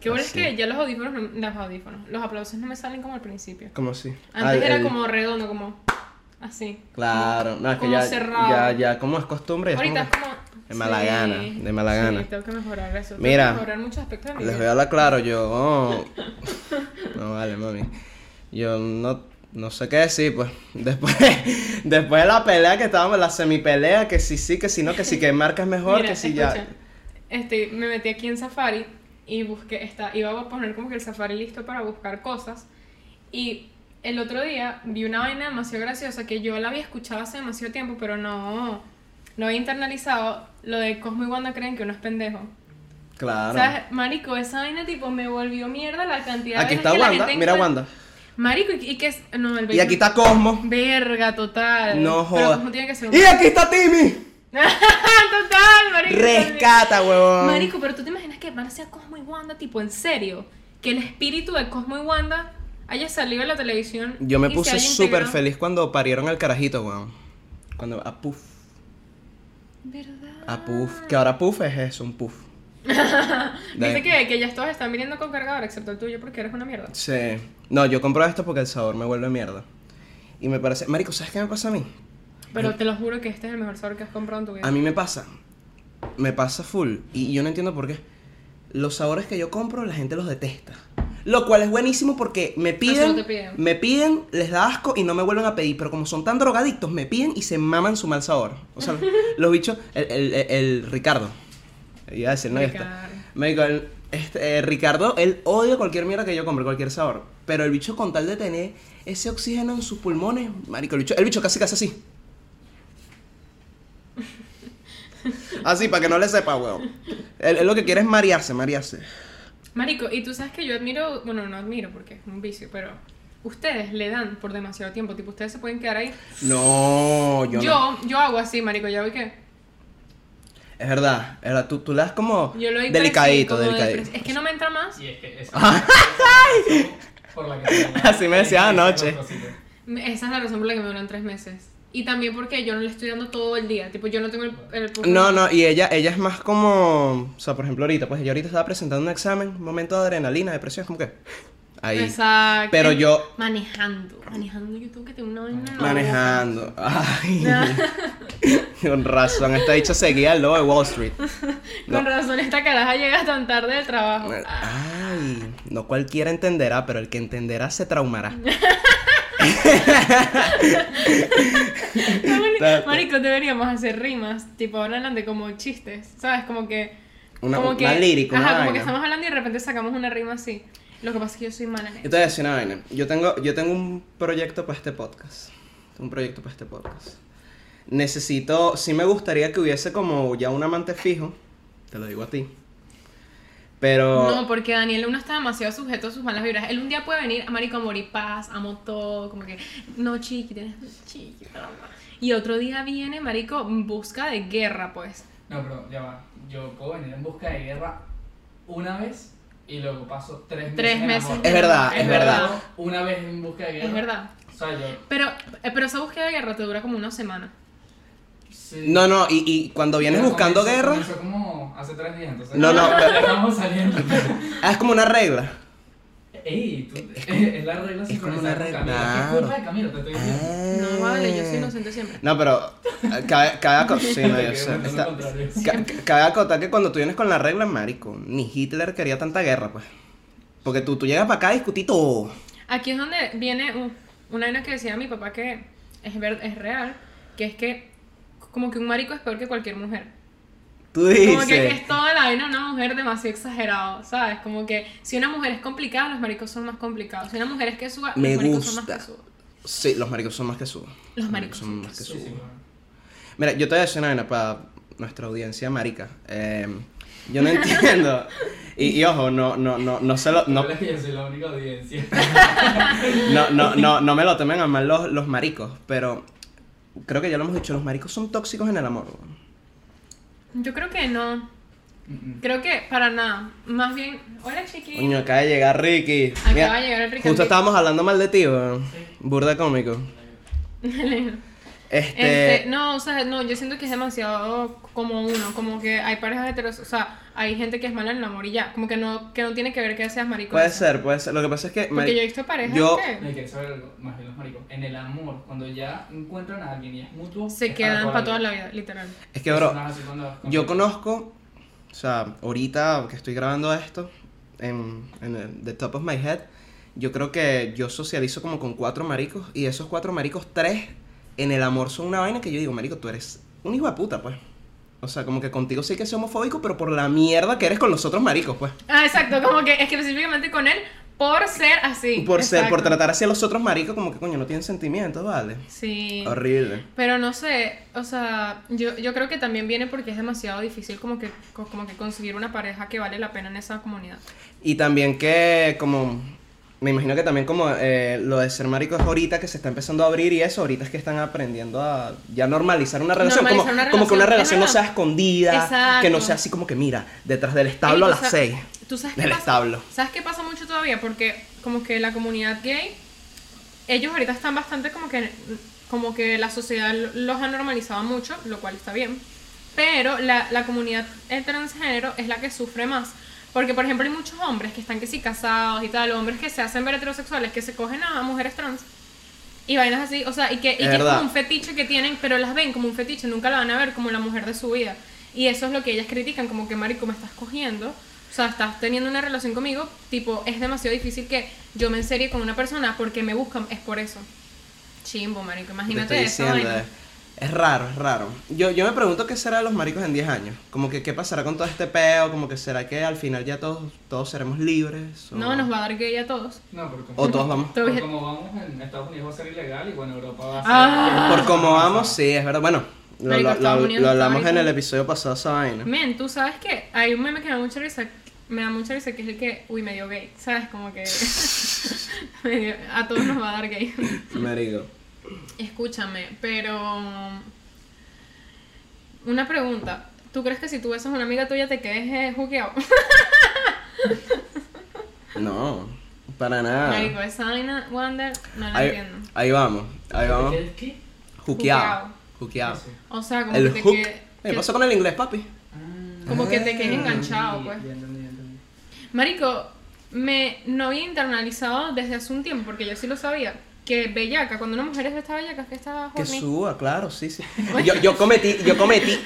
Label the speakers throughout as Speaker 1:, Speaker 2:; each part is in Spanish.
Speaker 1: Qué bueno es
Speaker 2: Así.
Speaker 1: que ya los audífonos, no- los audífonos, los aplausos no me salen como al principio.
Speaker 2: Como así. Ah,
Speaker 1: Antes
Speaker 2: el-
Speaker 1: era
Speaker 2: el-
Speaker 1: como redondo, como así.
Speaker 2: Claro, no, es que
Speaker 1: como
Speaker 2: ya,
Speaker 1: cerrado.
Speaker 2: ya, ya, como es costumbre, ya es
Speaker 1: Ahorita
Speaker 2: como
Speaker 1: es
Speaker 2: que-
Speaker 1: como...
Speaker 2: de mala gana, de mala
Speaker 1: sí,
Speaker 2: gana.
Speaker 1: tengo que mejorar eso. Tengo
Speaker 2: Mira,
Speaker 1: que mejorar muchos aspectos de mi
Speaker 2: Les voy
Speaker 1: vida.
Speaker 2: a hablar claro, yo. oh, No vale, mami. Yo no, no sé qué decir, pues. Después, después de la pelea que estábamos, la semipelea, que sí, sí, que si no, que sí, que marca es mejor,
Speaker 1: Mira,
Speaker 2: que si
Speaker 1: escucha,
Speaker 2: ya.
Speaker 1: Este, me metí aquí en Safari y busqué, esta, iba a poner como que el Safari listo para buscar cosas. Y el otro día vi una vaina demasiado graciosa que yo la había escuchado hace demasiado tiempo, pero no, no había internalizado lo de Cosmo y Wanda creen que uno es pendejo.
Speaker 2: Claro.
Speaker 1: ¿Sabes? Marico, esa vaina tipo me volvió mierda la cantidad de
Speaker 2: Aquí
Speaker 1: veces
Speaker 2: está
Speaker 1: que la
Speaker 2: Wanda,
Speaker 1: gente
Speaker 2: mira
Speaker 1: encuent-
Speaker 2: Wanda.
Speaker 1: Marico, y, y que es. No, el
Speaker 2: Y
Speaker 1: béisbol-
Speaker 2: aquí está Cosmo.
Speaker 1: Verga, total.
Speaker 2: No
Speaker 1: Pero
Speaker 2: jodas.
Speaker 1: Cosmo tiene que ser un.
Speaker 2: Y aquí está Timmy.
Speaker 1: total, Marico. total.
Speaker 2: Rescata, huevón.
Speaker 1: Marico, pero tú te imaginas que van a ser Cosmo y Wanda, tipo, en serio. Que el espíritu de Cosmo y Wanda haya salido en la televisión.
Speaker 2: Yo me
Speaker 1: y se
Speaker 2: puse
Speaker 1: haya
Speaker 2: súper
Speaker 1: integrado.
Speaker 2: feliz cuando parieron al carajito, weón. Cuando a Puff.
Speaker 1: ¿Verdad?
Speaker 2: A Puff. Que ahora Puff es eso, un Puff.
Speaker 1: Dice
Speaker 2: De-
Speaker 1: que, que ya todos están viniendo con cargador, excepto el tuyo, porque eres una mierda.
Speaker 2: Sí. No, yo compro esto porque el sabor me vuelve mierda. Y me parece. Marico, ¿sabes qué me pasa a mí?
Speaker 1: Pero te lo juro que este es el mejor sabor que has comprado en tu vida.
Speaker 2: A mí me pasa. Me pasa full. Y yo no entiendo por qué. Los sabores que yo compro, la gente los detesta. Lo cual es buenísimo porque me
Speaker 1: Eso no
Speaker 2: piden,
Speaker 1: te piden.
Speaker 2: me piden, les da asco y no me vuelven a pedir. Pero como son tan drogadictos, me piden y se maman su mal sabor. O sea, los bichos, el, el- el- el Ricardo. Iba a decir, no, ya está.
Speaker 1: Ricardo.
Speaker 2: Marico, el- este, eh, Ricardo, él odia cualquier mierda que yo compre, cualquier sabor. Pero el bicho, con tal de tener ese oxígeno en sus pulmones, marico, el bicho, el bicho casi casi así. Así, para que no le sepa, weón. Él, él lo que quiere es marearse, marearse.
Speaker 1: Marico, y tú sabes que yo admiro, bueno, no admiro porque es un vicio, pero ustedes le dan por demasiado tiempo. Tipo, ustedes se pueden quedar ahí.
Speaker 2: No, yo,
Speaker 1: Yo,
Speaker 2: no.
Speaker 1: yo, hago así, Marico, ya voy que.
Speaker 2: Es verdad, es verdad, tú, tú le das como
Speaker 1: Yo lo doy
Speaker 2: delicadito,
Speaker 1: presi- como de
Speaker 2: delicadito.
Speaker 1: presi- Es que no me entra más.
Speaker 3: Y es que esa es la razón por la que se llama-
Speaker 2: Así me decía anoche.
Speaker 1: Esa es la razón por la que me duran tres meses. Y también porque yo no le estoy dando todo el día. Tipo, yo no tengo el. el-
Speaker 2: No, no, y ella, ella es más como, o sea, por ejemplo, ahorita, pues ella ahorita estaba presentando un examen, un momento de adrenalina, depresión, como que ahí.
Speaker 1: Pues Exacto.
Speaker 2: Pero yo-
Speaker 1: Manejando. Manejando, yo tengo que tener una vaina. en la
Speaker 2: Manejando. Ay. Con razón, esta dicha seguía el lobo de Wall Street.
Speaker 1: boca.
Speaker 2: No.
Speaker 1: Con razón, esta caraja llega tan tarde del trabajo.
Speaker 2: Ay, no cualquiera entenderá, pero el que entenderá se traumará. ta-
Speaker 1: Marico, deberíamos hacer rimas. Tipo, ahora adelante, como chistes. ¿Sabes? Como que.
Speaker 2: Una,
Speaker 1: como
Speaker 2: una
Speaker 1: que,
Speaker 2: lírica, una
Speaker 1: Ajá, como
Speaker 2: vaina.
Speaker 1: que estamos hablando y de repente sacamos una rima así. Lo que pasa es que yo soy mala en
Speaker 2: Yo
Speaker 1: esto.
Speaker 2: te voy a decir una vaina. Yo tengo, yo tengo un proyecto para este podcast. Un proyecto para este podcast. Necesito, sí me gustaría que hubiese como ya un amante fijo. Te lo digo a ti. Pero...
Speaker 1: No, porque Daniel uno está demasiado sujeto a sus malas vibras. Él un día puede venir a Marico amor y paz, amo todo, como que no chiqui, tienes chiqui, broma". Y otro día viene Marico en busca de guerra, pues.
Speaker 3: No, pero ya va. Yo puedo venir en busca de guerra una vez y luego paso tres meses.
Speaker 1: Tres
Speaker 3: en
Speaker 1: meses.
Speaker 3: amor.
Speaker 2: Es verdad, es
Speaker 3: En
Speaker 2: verdad.
Speaker 3: luego, Una vez en busca de guerra.
Speaker 1: Es verdad.
Speaker 3: O sea, yo.
Speaker 1: Pero, eh, pero esa búsqueda de guerra te dura como una semana.
Speaker 3: sí.
Speaker 2: No, no, y, y cuando vienes
Speaker 3: Pero
Speaker 2: buscando
Speaker 3: comenzó-
Speaker 2: guerra,
Speaker 3: comenzó como hace tres días, entonces.
Speaker 2: No, no, pero-
Speaker 3: Estamos saliendo.
Speaker 2: ah, es como una regla.
Speaker 3: Ey, tú. Es, es la regla
Speaker 2: es como
Speaker 3: sincronizada
Speaker 2: una Ah, regla, claro.
Speaker 3: con Camilo. Es culpa de Camilo, te estoy diciendo.
Speaker 1: No, vale, yo soy inocente siempre.
Speaker 2: No, pero eh, cabe, cabe aco- sí, no, yo
Speaker 3: Que
Speaker 2: sé,
Speaker 3: uno no
Speaker 2: está-
Speaker 3: contrario.
Speaker 2: ca- ca- cabe acotar que cuando tú vienes con la regla, marico, ni Hitler quería tanta guerra, pues. Porque tú, tú llegas para acá a discutir todo.
Speaker 1: Aquí es donde viene uh, una vaina que decía mi papá que es, ver- es real, que es que como que un marico es peor que cualquier mujer.
Speaker 2: Tú
Speaker 1: Como que
Speaker 2: dices,
Speaker 1: es toda la vaina de una mujer demasiado exagerado, ¿sabes? Como que si una mujer es complicada, los maricos son más complicados. Si una mujer es que suba,
Speaker 2: Me
Speaker 1: los maricos son
Speaker 2: gusta.
Speaker 1: más que suba.
Speaker 2: sí, los maricos son más que subo.
Speaker 1: Los maricos son
Speaker 2: más que
Speaker 3: Sí, sí,
Speaker 2: subo.
Speaker 3: claro.
Speaker 2: Mira, yo te voy a decir una vaina para nuestra audiencia marica. Eh, yo no entiendo. Y, y ojo, no, no, no, no se lo,
Speaker 3: La
Speaker 2: no,
Speaker 3: verdad es que yo soy la única audiencia.
Speaker 2: No, no, no, no me lo tomen a mal los, los maricos, pero creo que ya lo hemos dicho, los maricos son tóxicos en el amor. weón.
Speaker 1: Yo creo que no.
Speaker 3: Mm, mm.
Speaker 1: Creo que para nada. Más bien, hola chiqui.
Speaker 2: Coño, acaba de llegar Ricky.
Speaker 1: Acaba de llegar el Ricky.
Speaker 2: Justo estábamos hablando mal de ti, weón. Burda cómico. Este,
Speaker 1: Este, no, o sea, no, yo siento que es demasiado como uno, como que hay parejas heteros, o sea, hay gente que es mala en el amor y ya, como que no, que no tiene que ver que seas marico.
Speaker 2: puede
Speaker 1: o sea.
Speaker 2: ser, puede ser. Lo que pasa es que.
Speaker 1: Porque
Speaker 2: mari-
Speaker 1: yo he visto parejas
Speaker 2: yo-
Speaker 1: que
Speaker 3: No, y que saber algo, más bien los maricos. En el amor, cuando ya encuentran a alguien y es mutuo,
Speaker 1: se
Speaker 3: es
Speaker 1: quedan para toda la vida, literal.
Speaker 2: Es que,
Speaker 3: Eso
Speaker 2: bro,
Speaker 3: no es así con los- con
Speaker 2: yo
Speaker 3: los-
Speaker 2: conozco. O sea, ahorita que estoy grabando esto, en, en el- the top of my head, yo creo que yo socializo como con cuatro maricos. Y de esos cuatro maricos, tres en el amor son una vaina que yo digo, marico, tú eres un hijo de puta, pues. O sea, como que contigo sí que soy homofóbico, pero por la mierda que eres con los otros maricos, pues.
Speaker 1: Ah, exacto, como que específicamente con él por ser así.
Speaker 2: Por ser, por
Speaker 1: exacto.
Speaker 2: tratar hacia los otros maricos como que coño, no tienen sentimientos, vale.
Speaker 1: Sí.
Speaker 2: Horrible.
Speaker 1: Pero no sé, o sea, yo, yo creo que también viene porque es demasiado difícil como que, co- como que conseguir una pareja que vale la pena en esa comunidad.
Speaker 2: Y también que como me imagino que también como eh, lo de ser marico es ahorita que se está empezando a abrir y eso, ahorita es que están aprendiendo a ya normalizar una relación,
Speaker 1: Normalizar
Speaker 2: como,
Speaker 1: una
Speaker 2: como que una
Speaker 1: relación,
Speaker 2: relación
Speaker 1: es
Speaker 2: no sea
Speaker 1: verdad.
Speaker 2: escondida, que no
Speaker 1: Exacto.
Speaker 2: sea así como que mira, detrás del establo a
Speaker 1: Ey,
Speaker 2: las
Speaker 1: tú sa-
Speaker 2: seis.
Speaker 1: ¿Tú sabes
Speaker 2: Del
Speaker 1: pasa?
Speaker 2: establo.
Speaker 1: ¿Sabes qué pasa mucho todavía? Porque como que la comunidad gay, ellos ahorita están bastante como que, como que la sociedad los ha normalizado mucho, lo cual está bien. Pero la, la comunidad eh, transgénero es la que sufre más. Porque, por ejemplo, hay muchos hombres que están que sí casados y tal, hombres que se hacen ver heterosexuales, que se cogen a mujeres trans y vainas así, o sea, y que, y
Speaker 2: Es
Speaker 1: que es
Speaker 2: verdad.
Speaker 1: como un fetiche que tienen, pero las ven como un fetiche, nunca la van a ver como la mujer de su vida. Y eso es lo que ellas critican, como que Marico, me estás cogiendo, o sea, estás teniendo una relación conmigo, tipo, es demasiado difícil que yo me enserie con una persona porque me buscan, es por eso. Chimbo, Marico,
Speaker 2: Te
Speaker 1: imagínate
Speaker 2: estoy
Speaker 1: eso.
Speaker 2: diciendo, eh. es raro, es raro. Yo, yo me pregunto qué será de los maricos en 10 años. Como que qué pasará con todo este peo, como que será que al final ya todos, todos seremos libres. o-
Speaker 1: No, nos va a dar gay a todos.
Speaker 3: No, porque
Speaker 2: O todos vamos.
Speaker 1: Todo bien.
Speaker 3: como vamos en Estados Unidos va a ser ilegal y bueno, Europa va a ser.
Speaker 1: Ah.
Speaker 2: Por cómo vamos, sí, es verdad. Bueno, lo,
Speaker 1: Marico,
Speaker 2: lo-
Speaker 1: Estados
Speaker 2: lo-
Speaker 1: Unidos
Speaker 2: lo
Speaker 1: está
Speaker 2: hablamos en
Speaker 1: ahorita.
Speaker 2: el episodio pasado esa vaina.
Speaker 1: Men, tú sabes que hay un meme que me da mucha risa, me da mucha risa que es el que, uy, me dio gay, ¿sabes? Como que me dio- a todos nos va a dar gay.
Speaker 2: Marico.
Speaker 1: Escúchame, pero um, una pregunta. ¿Tú crees que si tú besas a una amiga tuya te quedes eh, juqueado?
Speaker 2: No, para nada.
Speaker 1: Marico, esa vaina, Wander, no la
Speaker 2: Ahí,
Speaker 1: entiendo.
Speaker 2: ahí vamos, ahí vamos. Ah.
Speaker 3: ¿Qué? ¿Qué?
Speaker 2: Juqueado. Juqueado.
Speaker 3: Eso.
Speaker 1: O sea, como que
Speaker 2: El
Speaker 1: te
Speaker 2: hook. eh,
Speaker 1: quede-
Speaker 2: Me pasó con el inglés, papi.
Speaker 3: Ah.
Speaker 1: Como que te quedes
Speaker 3: Ah,
Speaker 1: enganchado,
Speaker 3: ya
Speaker 1: pues.
Speaker 3: entendí, ya entendí.
Speaker 1: Marico, me no había internalizado desde hace un tiempo, porque yo sí lo sabía, que bellaca, cuando una mujer es de esta bellaca, es que está
Speaker 2: Que
Speaker 1: horny.
Speaker 2: suba, claro, sí, sí. Yo, yo cometí, yo cometí.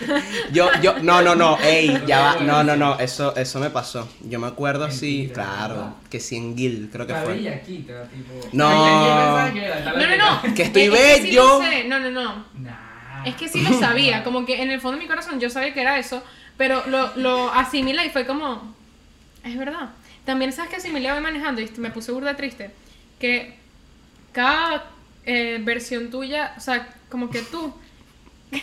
Speaker 2: Yo, yo, no, no, no, ey, ya va. No, no, no, eso, eso me pasó. Yo me acuerdo así,
Speaker 3: Mentira,
Speaker 2: claro,
Speaker 3: ¿verdad?
Speaker 2: que si en Gil, creo que
Speaker 3: La
Speaker 2: fue.
Speaker 3: bellaquita, tipo.
Speaker 2: No.
Speaker 1: No, no, no.
Speaker 2: Que estoy
Speaker 1: Es- es sí lo
Speaker 2: bello.
Speaker 1: sé. No, no, no.
Speaker 3: Nah.
Speaker 1: Es que sí lo sabía, como que en el fondo de mi corazón yo sabía que era eso, pero lo, lo asimilé y fue como, es verdad. También sabes que asimilé hoy manejando y me puse burda triste, que cada eh, versión tuya, o sea, como que tú,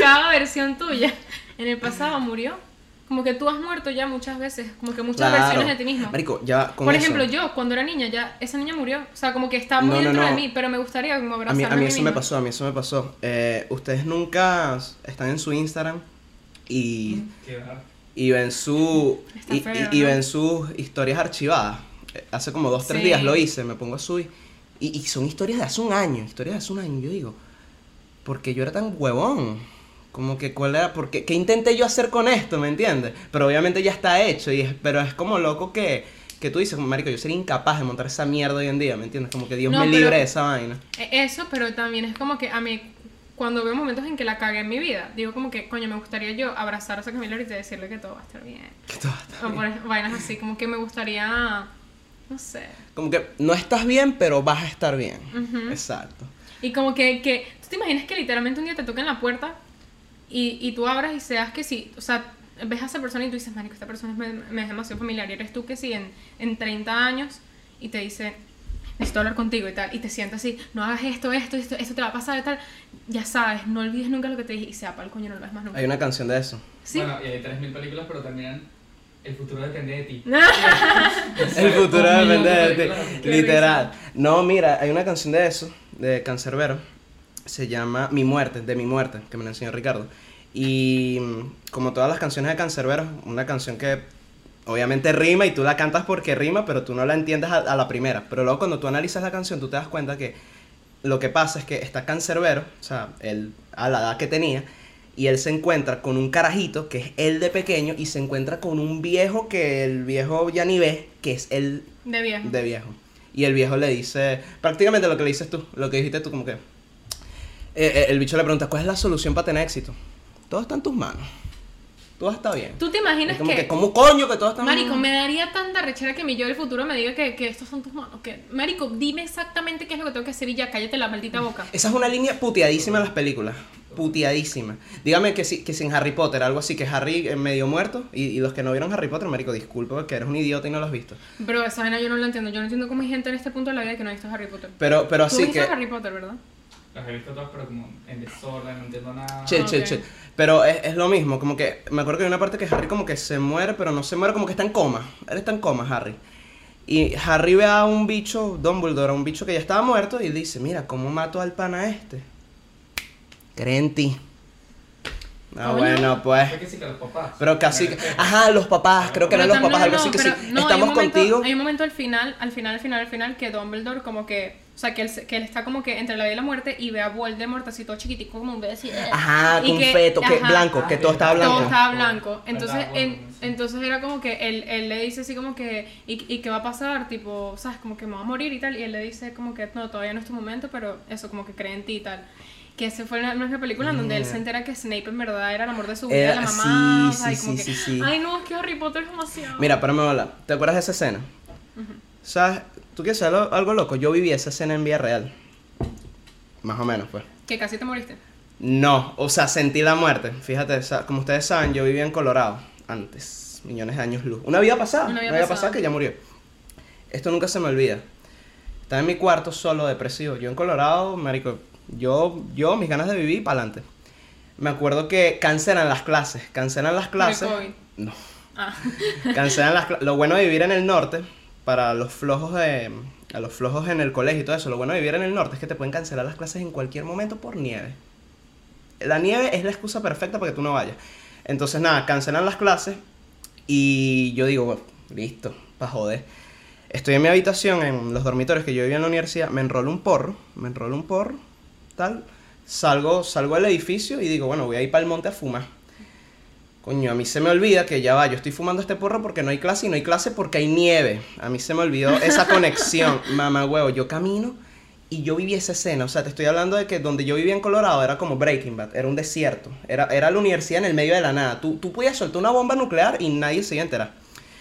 Speaker 1: cada versión tuya en el pasado murió, como que tú has muerto ya muchas veces, como que muchas
Speaker 2: Claro.
Speaker 1: versiones de ti mismo.
Speaker 2: Marico, ya con
Speaker 1: Por
Speaker 2: eso.
Speaker 1: ejemplo, yo cuando era niña ya, esa niña murió, o sea, como que está muy
Speaker 2: No, no,
Speaker 1: dentro de
Speaker 2: no.
Speaker 1: mí, pero me gustaría como
Speaker 2: A mí,
Speaker 1: abrazarme
Speaker 2: a mí eso me
Speaker 1: misma.
Speaker 2: pasó, a mí eso me pasó. Eh, ustedes nunca s- están en su Instagram y,
Speaker 3: Qué barro.
Speaker 2: y ven su
Speaker 1: Está
Speaker 2: y,
Speaker 1: feo,
Speaker 2: y- y
Speaker 1: ¿no?
Speaker 2: ven sus historias archivadas. Eh, Hace como dos, tres
Speaker 1: Sí.
Speaker 2: días lo hice, me pongo a subir. Y, y son historias de hace un año, historias de hace un año. Yo digo, ¿por qué yo era tan huevón? Como que cuál era, porque qué intenté yo hacer con esto, ¿me entiendes? Pero obviamente ya está hecho y es, pero es como loco que, que tú dices, como, marico, yo sería incapaz de montar esa mierda hoy en día, ¿me entiendes? Como que Dios
Speaker 1: No,
Speaker 2: me
Speaker 1: pero-
Speaker 2: libre de esa vaina.
Speaker 1: E- Eso, pero también es como que a mí, cuando veo momentos en que la cagué en mi vida, digo como que, coño, me gustaría yo abrazar a esa Camila ahorita y decirle que todo va a estar bien.
Speaker 2: Que todo está
Speaker 1: O
Speaker 2: bien.
Speaker 1: por vainas así, como que me gustaría, no sé.
Speaker 2: Como que no estás bien, pero vas a estar bien.
Speaker 1: Ujú.
Speaker 2: Exacto.
Speaker 1: Y como que, que, ¿tú te imaginas que literalmente un día te toquen la puerta y, y tú abras y seas que sí? O sea, ves a esa persona y tú dices, marico, esta persona es me, me es demasiado familiar. Y eres tú que sí, en, en 30 años, y te dice, necesito hablar contigo y tal. Y te sientas así, no hagas esto, esto, esto, esto te va a pasar y tal. Ya sabes, no olvides nunca lo que te dije. Y sea para el coño, no lo ves más nunca.
Speaker 2: Hay una canción de eso.
Speaker 1: Sí.
Speaker 3: Bueno, y hay 3.000 películas, pero también el futuro depende de ti.
Speaker 2: El futuro
Speaker 3: Un millón
Speaker 2: depende de
Speaker 3: películas.
Speaker 2: ti.
Speaker 1: Qué
Speaker 2: Literal. No, mira, hay una canción de eso, de Cancerbero. Se llama Mi Muerte, de Mi Muerte, que me la enseñó Ricardo. Y mm, como todas las canciones de Cancerbero, una canción que obviamente rima y tú la cantas porque rima, pero tú no la entiendes a, a la primera. Pero luego cuando tú analizas la canción, tú te das cuenta que lo que pasa es que está cancerbero, o sea, él a la edad que tenía, y él se encuentra con un carajito, que es él de pequeño, y se encuentra con un viejo que el viejo ya ni ve, que es él
Speaker 1: De viejo.
Speaker 2: de viejo. Y el viejo le dice, prácticamente lo que le dices tú, lo que dijiste tú, como que... eh, eh, el bicho le pregunta, ¿cuál es la solución para tener éxito? Todo está en tus manos. Todo está bien.
Speaker 1: ¿Tú te
Speaker 2: Es
Speaker 1: imaginas
Speaker 2: como que,
Speaker 1: que,
Speaker 2: ¿cómo coño que todo está en
Speaker 1: Marico, me daría tanta rechera que mi yo del futuro me diga que, que estos son tus manos? Que, Marico, dime exactamente qué es lo que tengo que hacer y ya cállate la maldita boca.
Speaker 2: Esa es una línea puteadísima en las películas. Puteadísima. Dígame que, si, que sin Harry Potter, algo así, que Harry eh, medio muerto. Y, y los que no vieron Harry Potter, Marico, disculpa que eres un idiota y no lo has visto.
Speaker 1: Bro, esa vaina yo no la entiendo. Yo no entiendo cómo hay gente en este punto de la vida que no ha visto Harry Potter.
Speaker 2: Pero, pero
Speaker 1: Tú
Speaker 2: así
Speaker 1: viste
Speaker 2: que.
Speaker 1: Harry Potter, ¿verdad?
Speaker 3: Las he visto todas, pero como en desorden, no entiendo nada.
Speaker 2: Che,
Speaker 1: Ah,
Speaker 2: che,
Speaker 1: ok.
Speaker 2: che. Pero es, es lo mismo, como que. Me acuerdo que hay una parte que Harry como que se muere, pero no se muere, como que está en coma. Él está en coma, Harry. Y Harry ve a un bicho, Dumbledore, a un bicho que ya estaba muerto, y dice: Mira, ¿cómo mato al pana este? Cree en ti. Ah,
Speaker 1: Coño.
Speaker 2: bueno, pues.
Speaker 3: Creo que sí que los papás.
Speaker 2: Pero casi.
Speaker 3: Pero es que-
Speaker 2: Ajá, los papás, creo que
Speaker 1: Pero
Speaker 2: eran los
Speaker 1: tam- no,
Speaker 2: papás, algo
Speaker 1: no,
Speaker 2: así que sí.
Speaker 1: pero no, hay
Speaker 2: Estamos
Speaker 1: un momento-
Speaker 2: contigo.
Speaker 1: Hay un momento al final, al final, al final, al final, que Dumbledore como que... O sea, que él, se- que él está como que entre la vida y la muerte y ve a Voldemort así todo chiquitico como un bebé así. eh.
Speaker 2: Ajá,
Speaker 1: Y
Speaker 2: con feto, que
Speaker 1: ajá,
Speaker 2: blanco, que todo estaba blanco.
Speaker 1: Todo estaba blanco. Entonces,
Speaker 3: ¿Verdad?
Speaker 1: en-
Speaker 3: Bueno, sí.
Speaker 1: entonces era como que él, él le dice así como que, ¿y, ¿y qué va a pasar? Tipo, ¿sabes? Como que me va a morir y tal. Y él le dice como que, no, todavía no es tu momento, pero eso, como que cree en ti y tal. Que esa fue la misma película en donde él
Speaker 2: Yeah.
Speaker 1: se entera que Snape en verdad era el amor de su vida,
Speaker 2: Era-
Speaker 1: la mamá.
Speaker 2: Mm. Eh, sí,
Speaker 1: o sea, y
Speaker 2: sí,
Speaker 1: como
Speaker 2: sí,
Speaker 1: que,
Speaker 2: sí, sí.
Speaker 1: Ay, no, es que Harry Potter es demasiado.
Speaker 2: Mira, pero me habla. ¿Te acuerdas de esa escena? ¿Sabes? ¿Tú quieres saber lo- algo loco? Yo viví esa escena en vida real. Más o menos, pues.
Speaker 1: Que casi te moriste.
Speaker 2: No, o sea, sentí la muerte. Fíjate, o sea, como ustedes saben, yo vivía en Colorado antes, millones de años luz. Una vida pasada, una vida, pasada. que ya murió. Esto nunca se me olvida. Estaba en mi cuarto solo, depresivo. Yo en Colorado, marico, yo, yo, mis ganas de vivir, para adelante. Me acuerdo que cancelan las clases, cancelan las clases.
Speaker 1: COVID.
Speaker 2: No,
Speaker 1: Ah,
Speaker 2: cancelan las cla- Lo bueno de vivir en el norte, para los flojos de, a los flojos en el colegio y todo eso, lo bueno de vivir en el norte es que te pueden cancelar las clases en cualquier momento por nieve. La nieve es la excusa perfecta para que tú no vayas. Entonces, nada, cancelan las clases y yo digo, bueno, listo, pa' joder. Estoy en mi habitación, en los dormitorios que yo vivía en la universidad, me enrolo un porro, me enrolo un porro, tal. Salgo, salgo del edificio y digo, bueno, voy a ir para el monte a fumar. Coño, a mí se me olvida que ya va, yo estoy fumando este porro porque no hay clase y no hay clase porque hay nieve. A mí se me olvidó esa conexión. Mamá huevo, yo camino y yo viví esa escena. O sea, te estoy hablando de que donde yo vivía en Colorado era como Breaking Bad, era un desierto. Era, era la universidad en el medio de la nada. Tú, tú podías soltar una bomba nuclear y nadie se iba a enterar.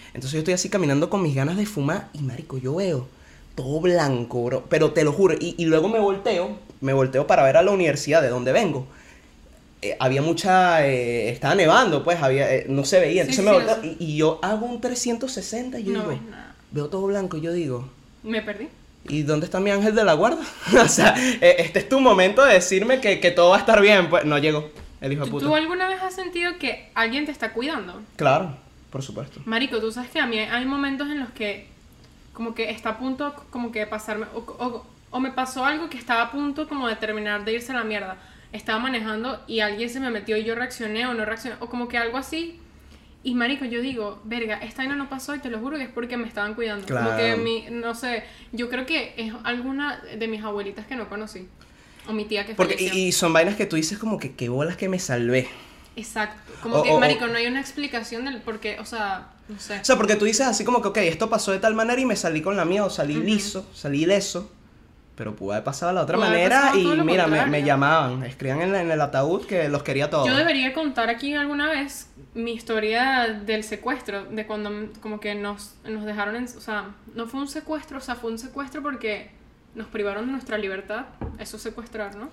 Speaker 2: Entonces yo estoy así caminando con mis ganas de fumar y marico, yo veo todo blanco, bro. Pero te lo juro. Y, y luego me volteo, me volteo para ver a la universidad de donde vengo. Eh, había mucha. eh, estaba nevando, pues, había, eh, no se veía.
Speaker 1: Sí, sí,
Speaker 2: Entonces me
Speaker 1: o
Speaker 2: volteo y, y yo hago un 360 y yo
Speaker 1: no
Speaker 2: digo,
Speaker 1: ves nada.
Speaker 2: veo todo blanco y yo digo.
Speaker 1: Me perdí.
Speaker 2: ¿Y dónde está mi ángel de la guarda? o sea, eh, este es tu momento de decirme que, que todo va a estar bien. Pues no llegó el hijo de
Speaker 1: ¿Tú,
Speaker 2: puta.
Speaker 1: tú alguna vez has sentido que alguien te está cuidando?
Speaker 2: Claro, por supuesto.
Speaker 1: Marico, tú sabes que a mí hay momentos en los que como que está a punto como que de pasarme o, o- o me pasó algo que estaba a punto como de terminar de irse a la mierda. Estaba manejando y alguien se me metió y yo reaccioné o no reaccioné o como que algo así. Y marico, yo digo, verga, esta vaina no pasó y te lo juro que es porque me estaban cuidando. Como
Speaker 2: Claro.
Speaker 1: que mi, no sé, yo creo que es alguna de mis abuelitas que no conocí. O mi tía que
Speaker 2: Porque, y,
Speaker 1: falleció.
Speaker 2: y son vainas que tú dices como que qué bolas que me salvé.
Speaker 1: Exacto. Como
Speaker 2: O-
Speaker 1: que,
Speaker 2: o- o-
Speaker 1: marico, no hay una explicación del por qué, o sea, no sé.
Speaker 2: O sea, porque tú dices así como que, ok, esto pasó de tal manera y me salí con la mía, o salí liso, salí leso. Pero pude haber pasado de la otra
Speaker 1: Pudo haber
Speaker 2: manera
Speaker 1: pasado
Speaker 2: y
Speaker 1: todo lo
Speaker 2: mira, me, me
Speaker 1: contrario.
Speaker 2: llamaban, escribían en, la- en el ataúd que los quería todos.
Speaker 1: Yo debería contar aquí alguna vez mi historia del secuestro, de cuando m- como que nos, nos dejaron en... O sea, no fue un secuestro, o sea, fue un secuestro porque nos privaron de nuestra libertad, eso es secuestrar, ¿no?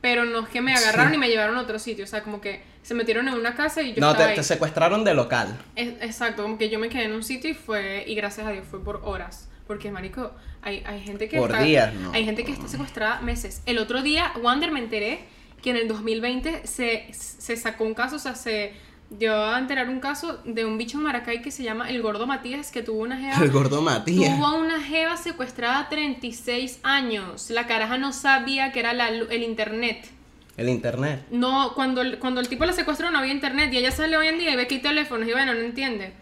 Speaker 1: Pero no es que me agarraron y me llevaron a otro sitio, o sea, como que se metieron en una casa y yo
Speaker 2: no, te,
Speaker 1: estaba ahí.
Speaker 2: te secuestraron de local.
Speaker 1: Es- exacto, como que yo me quedé en un sitio y fue, y gracias a Dios fue por horas. Porque, marico, hay, hay gente que
Speaker 2: Por
Speaker 1: está,
Speaker 2: días, no.
Speaker 1: hay gente que está secuestrada meses. El otro día, Wander, me enteré que en el 2020 se, se sacó un caso, o sea, se dio a enterar un caso de un bicho en Maracay que se llama el gordo Matías, que tuvo una jeva
Speaker 2: El gordo Matías.
Speaker 1: Tuvo a una jeva secuestrada a 36 años. La caraja no sabía que era la lu- el internet.
Speaker 2: El internet.
Speaker 1: No, cuando el, cuando el tipo la secuestró no había internet y ella sale hoy en día y ve que hay teléfonos y bueno, no entiende.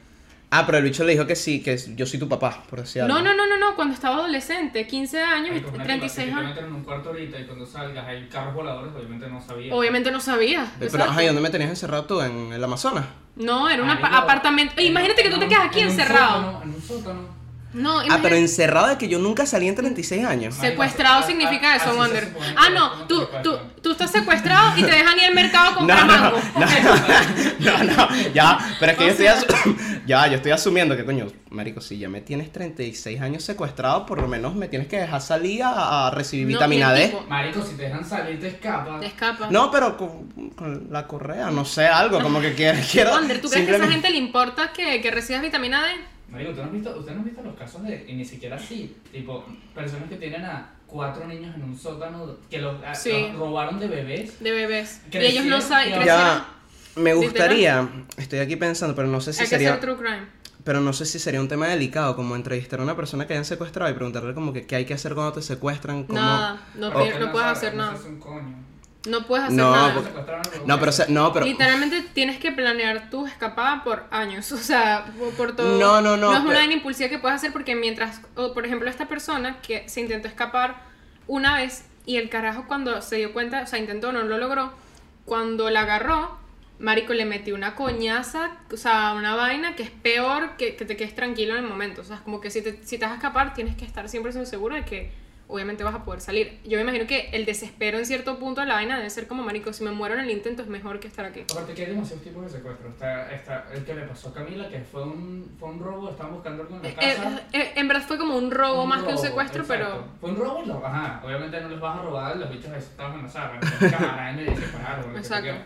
Speaker 2: Ah, pero el bicho le dijo que sí, que yo soy tu papá, por decir algo.
Speaker 1: No, no, no, no, no, cuando estaba adolescente, 15 años,
Speaker 3: Marico, una tipa, si
Speaker 1: 36
Speaker 3: tú
Speaker 1: años.
Speaker 3: entras en un cuarto ahorita y cuando salgas hay carros voladores, obviamente no sabía.
Speaker 1: Obviamente no sabía.
Speaker 2: Pero,
Speaker 1: exacto.
Speaker 2: ajá, ¿y dónde me tenías encerrado tú? ¿En el Amazonas?
Speaker 1: No, era un apa-
Speaker 3: Marico,
Speaker 1: apartamento.
Speaker 3: en-
Speaker 1: Imagínate que tú
Speaker 3: en
Speaker 1: te
Speaker 3: un-
Speaker 1: quedas aquí
Speaker 3: en un
Speaker 1: encerrado.
Speaker 3: sótano, En un sótano.
Speaker 1: No,
Speaker 2: Ah, pero
Speaker 1: imagínate.
Speaker 2: encerrado de que yo nunca salí en 36 años.
Speaker 3: Sí.
Speaker 1: Secuestrado
Speaker 3: Ah,
Speaker 1: significa
Speaker 3: ah,
Speaker 1: eso,
Speaker 3: así se
Speaker 1: Wander.
Speaker 3: supone que
Speaker 1: Ah,
Speaker 3: es
Speaker 1: no,
Speaker 3: como
Speaker 1: tú,
Speaker 3: secuestro.
Speaker 1: tú, tú estás secuestrado y te dejan ir al mercado a
Speaker 2: No,
Speaker 1: comprar
Speaker 2: no,
Speaker 1: mango.
Speaker 2: no, no, no, ya, pero es que yo
Speaker 1: O
Speaker 2: estoy,
Speaker 1: sea-
Speaker 2: asu- ya, yo estoy asumiendo que coño, marico, si ya me tienes 36 años secuestrado, por lo menos me tienes que dejar salir a, a recibir
Speaker 1: No,
Speaker 2: vitamina
Speaker 1: y el
Speaker 2: D.
Speaker 1: tipo
Speaker 3: Marico, si te dejan salir, te escapas.
Speaker 1: Te escapa.
Speaker 2: No, pero con, con la correa, no sé, algo, como que quiero... quiero
Speaker 1: Wander, ¿tú crees que a esa
Speaker 2: simplemente-
Speaker 1: gente le importa que, que recibas vitamina D?
Speaker 3: Marico, ¿ustedes no han visto, usted no han visto los casos de, y ni siquiera así, tipo, personas que tienen a cuatro niños en un sótano que los, a-
Speaker 1: Sí.
Speaker 3: los robaron de bebés?
Speaker 1: De bebés. Y ellos
Speaker 3: Crecieron
Speaker 1: no saben.
Speaker 3: y
Speaker 1: crecieron.
Speaker 2: Ya, me gustaría, estoy aquí pensando, pero no sé si
Speaker 1: Hay que
Speaker 2: sería...
Speaker 1: hacer true crime.
Speaker 2: Pero no sé si sería un tema delicado, como entrevistar a una persona que hayan secuestrado y preguntarle como que qué hay que hacer cuando te secuestran, como...
Speaker 1: Nada, no,
Speaker 2: O-
Speaker 1: pi-
Speaker 3: Porque
Speaker 1: no puedes
Speaker 3: saben,
Speaker 1: hacer nada.
Speaker 3: No se hacen coño. Ah,
Speaker 1: No puedes hacer
Speaker 2: No,
Speaker 1: nada.
Speaker 2: Ah, porque-
Speaker 3: Secuestraron a
Speaker 2: No,
Speaker 3: los
Speaker 2: pero, o
Speaker 3: bebés.
Speaker 2: sea, no, pero...
Speaker 1: Literalmente tienes que planear tu escapada por años, o sea, por- por todo.
Speaker 2: No, no, no,
Speaker 1: No es una
Speaker 2: pero-
Speaker 1: vaina impulsiva que puedes hacer porque mientras, o, por ejemplo, esta persona que se intentó escapar una vez y el carajo cuando se dio cuenta, o sea, intentó, no lo logró, cuando la agarró, Marico le metió una coñaza, o sea, una vaina que es peor que, que te quedes tranquilo en el momento, o sea, es como que si te, si te vas a escapar tienes que estar siempre seguro de que obviamente vas a poder salir. Yo me imagino que el desespero en cierto punto de la vaina debe ser como, Marico, si me muero en el intento es mejor que estar aquí.
Speaker 3: Aparte que hay demasiados tipos de secuestros. Está, está el que le pasó a Camila, que fue un, fue un robo, estaban buscando algo en la
Speaker 1: Eh,
Speaker 3: casa.
Speaker 1: eh, eh, en verdad fue como un robo
Speaker 3: Un
Speaker 1: más que un
Speaker 3: robo,
Speaker 1: secuestro,
Speaker 3: exacto. Fue un robo, no, ajá. Obviamente no les vas a robar los bichos esos estaban en la sala. Cámara, y separaron. lo que tú
Speaker 1: Exacto.
Speaker 3: quieras.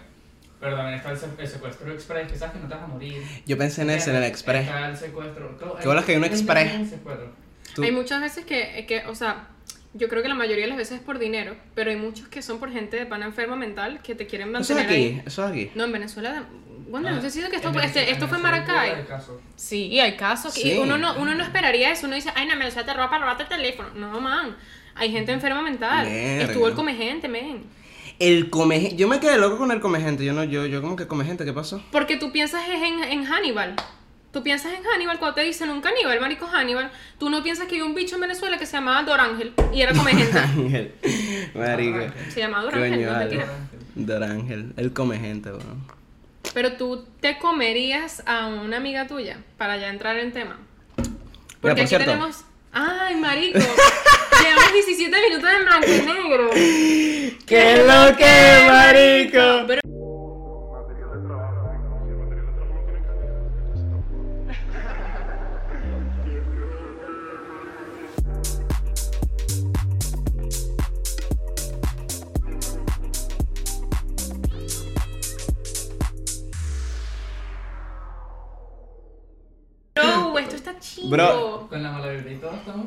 Speaker 3: Pero también está el, se- el secuestro express, que sabes que no te vas a morir.
Speaker 2: Yo pensé en ese, en el Express.
Speaker 3: Está el secuestro. todo-
Speaker 2: Qué bolas que hay un
Speaker 3: mil
Speaker 2: express.
Speaker 3: millones de secuestros.
Speaker 2: Tú-
Speaker 1: pero hay muchas veces que, que, o sea, yo creo que la mayoría de las veces es por dinero, pero hay muchos que son por gente de pana enferma mental que te quieren
Speaker 2: Eso es
Speaker 1: mantener
Speaker 2: aquí,
Speaker 1: ahí.
Speaker 2: eso es aquí.
Speaker 1: No, en Venezuela, bueno, no
Speaker 3: Ah,
Speaker 1: sé si es que esto,
Speaker 3: en
Speaker 1: fue- este-
Speaker 3: Venezuela-
Speaker 1: esto
Speaker 3: en
Speaker 1: fue en
Speaker 3: Venezuela hay
Speaker 1: Maracay.
Speaker 3: bolas de casos.
Speaker 1: Sí, y hay casos que
Speaker 2: Sí.
Speaker 1: uno, no, uno no esperaría eso, uno dice, ay, no, en Venezuela te roba para robarte el teléfono. No, man, hay gente enferma mental.
Speaker 2: Verga.
Speaker 1: Estuvo el come gente, men.
Speaker 2: El come... Yo me quedé loco con el come gente, yo no, yo, yo como que come gente, ¿qué pasó?
Speaker 1: Porque tú piensas es en, en Hannibal. Tú piensas en Hannibal cuando te dicen un caníbal, marico Hannibal. Tú no piensas que hay un bicho en Venezuela que se llamaba Dorángel y era come gente.
Speaker 2: Ángel, marico,
Speaker 1: Se llamaba Dorángel, Ah, no
Speaker 2: coño,
Speaker 1: te
Speaker 2: vale.
Speaker 1: tiras.
Speaker 2: Dorángel, el come gente, weón.
Speaker 1: Pero tú te comerías a una amiga tuya para ya entrar en tema. Porque
Speaker 2: por
Speaker 1: aquí
Speaker 2: cierto.
Speaker 1: tenemos. ¡Ay, marico! Llevamos 17 minutos en blanco y negro.
Speaker 2: ¿Qué es lo que, marico?
Speaker 1: Pero-
Speaker 4: material de trabajo, si el material de trabajo no tiene calidad, entonces tampoco.
Speaker 1: Bro, esto está chido.
Speaker 2: Bro.
Speaker 3: Con la mala vibra y todo estamos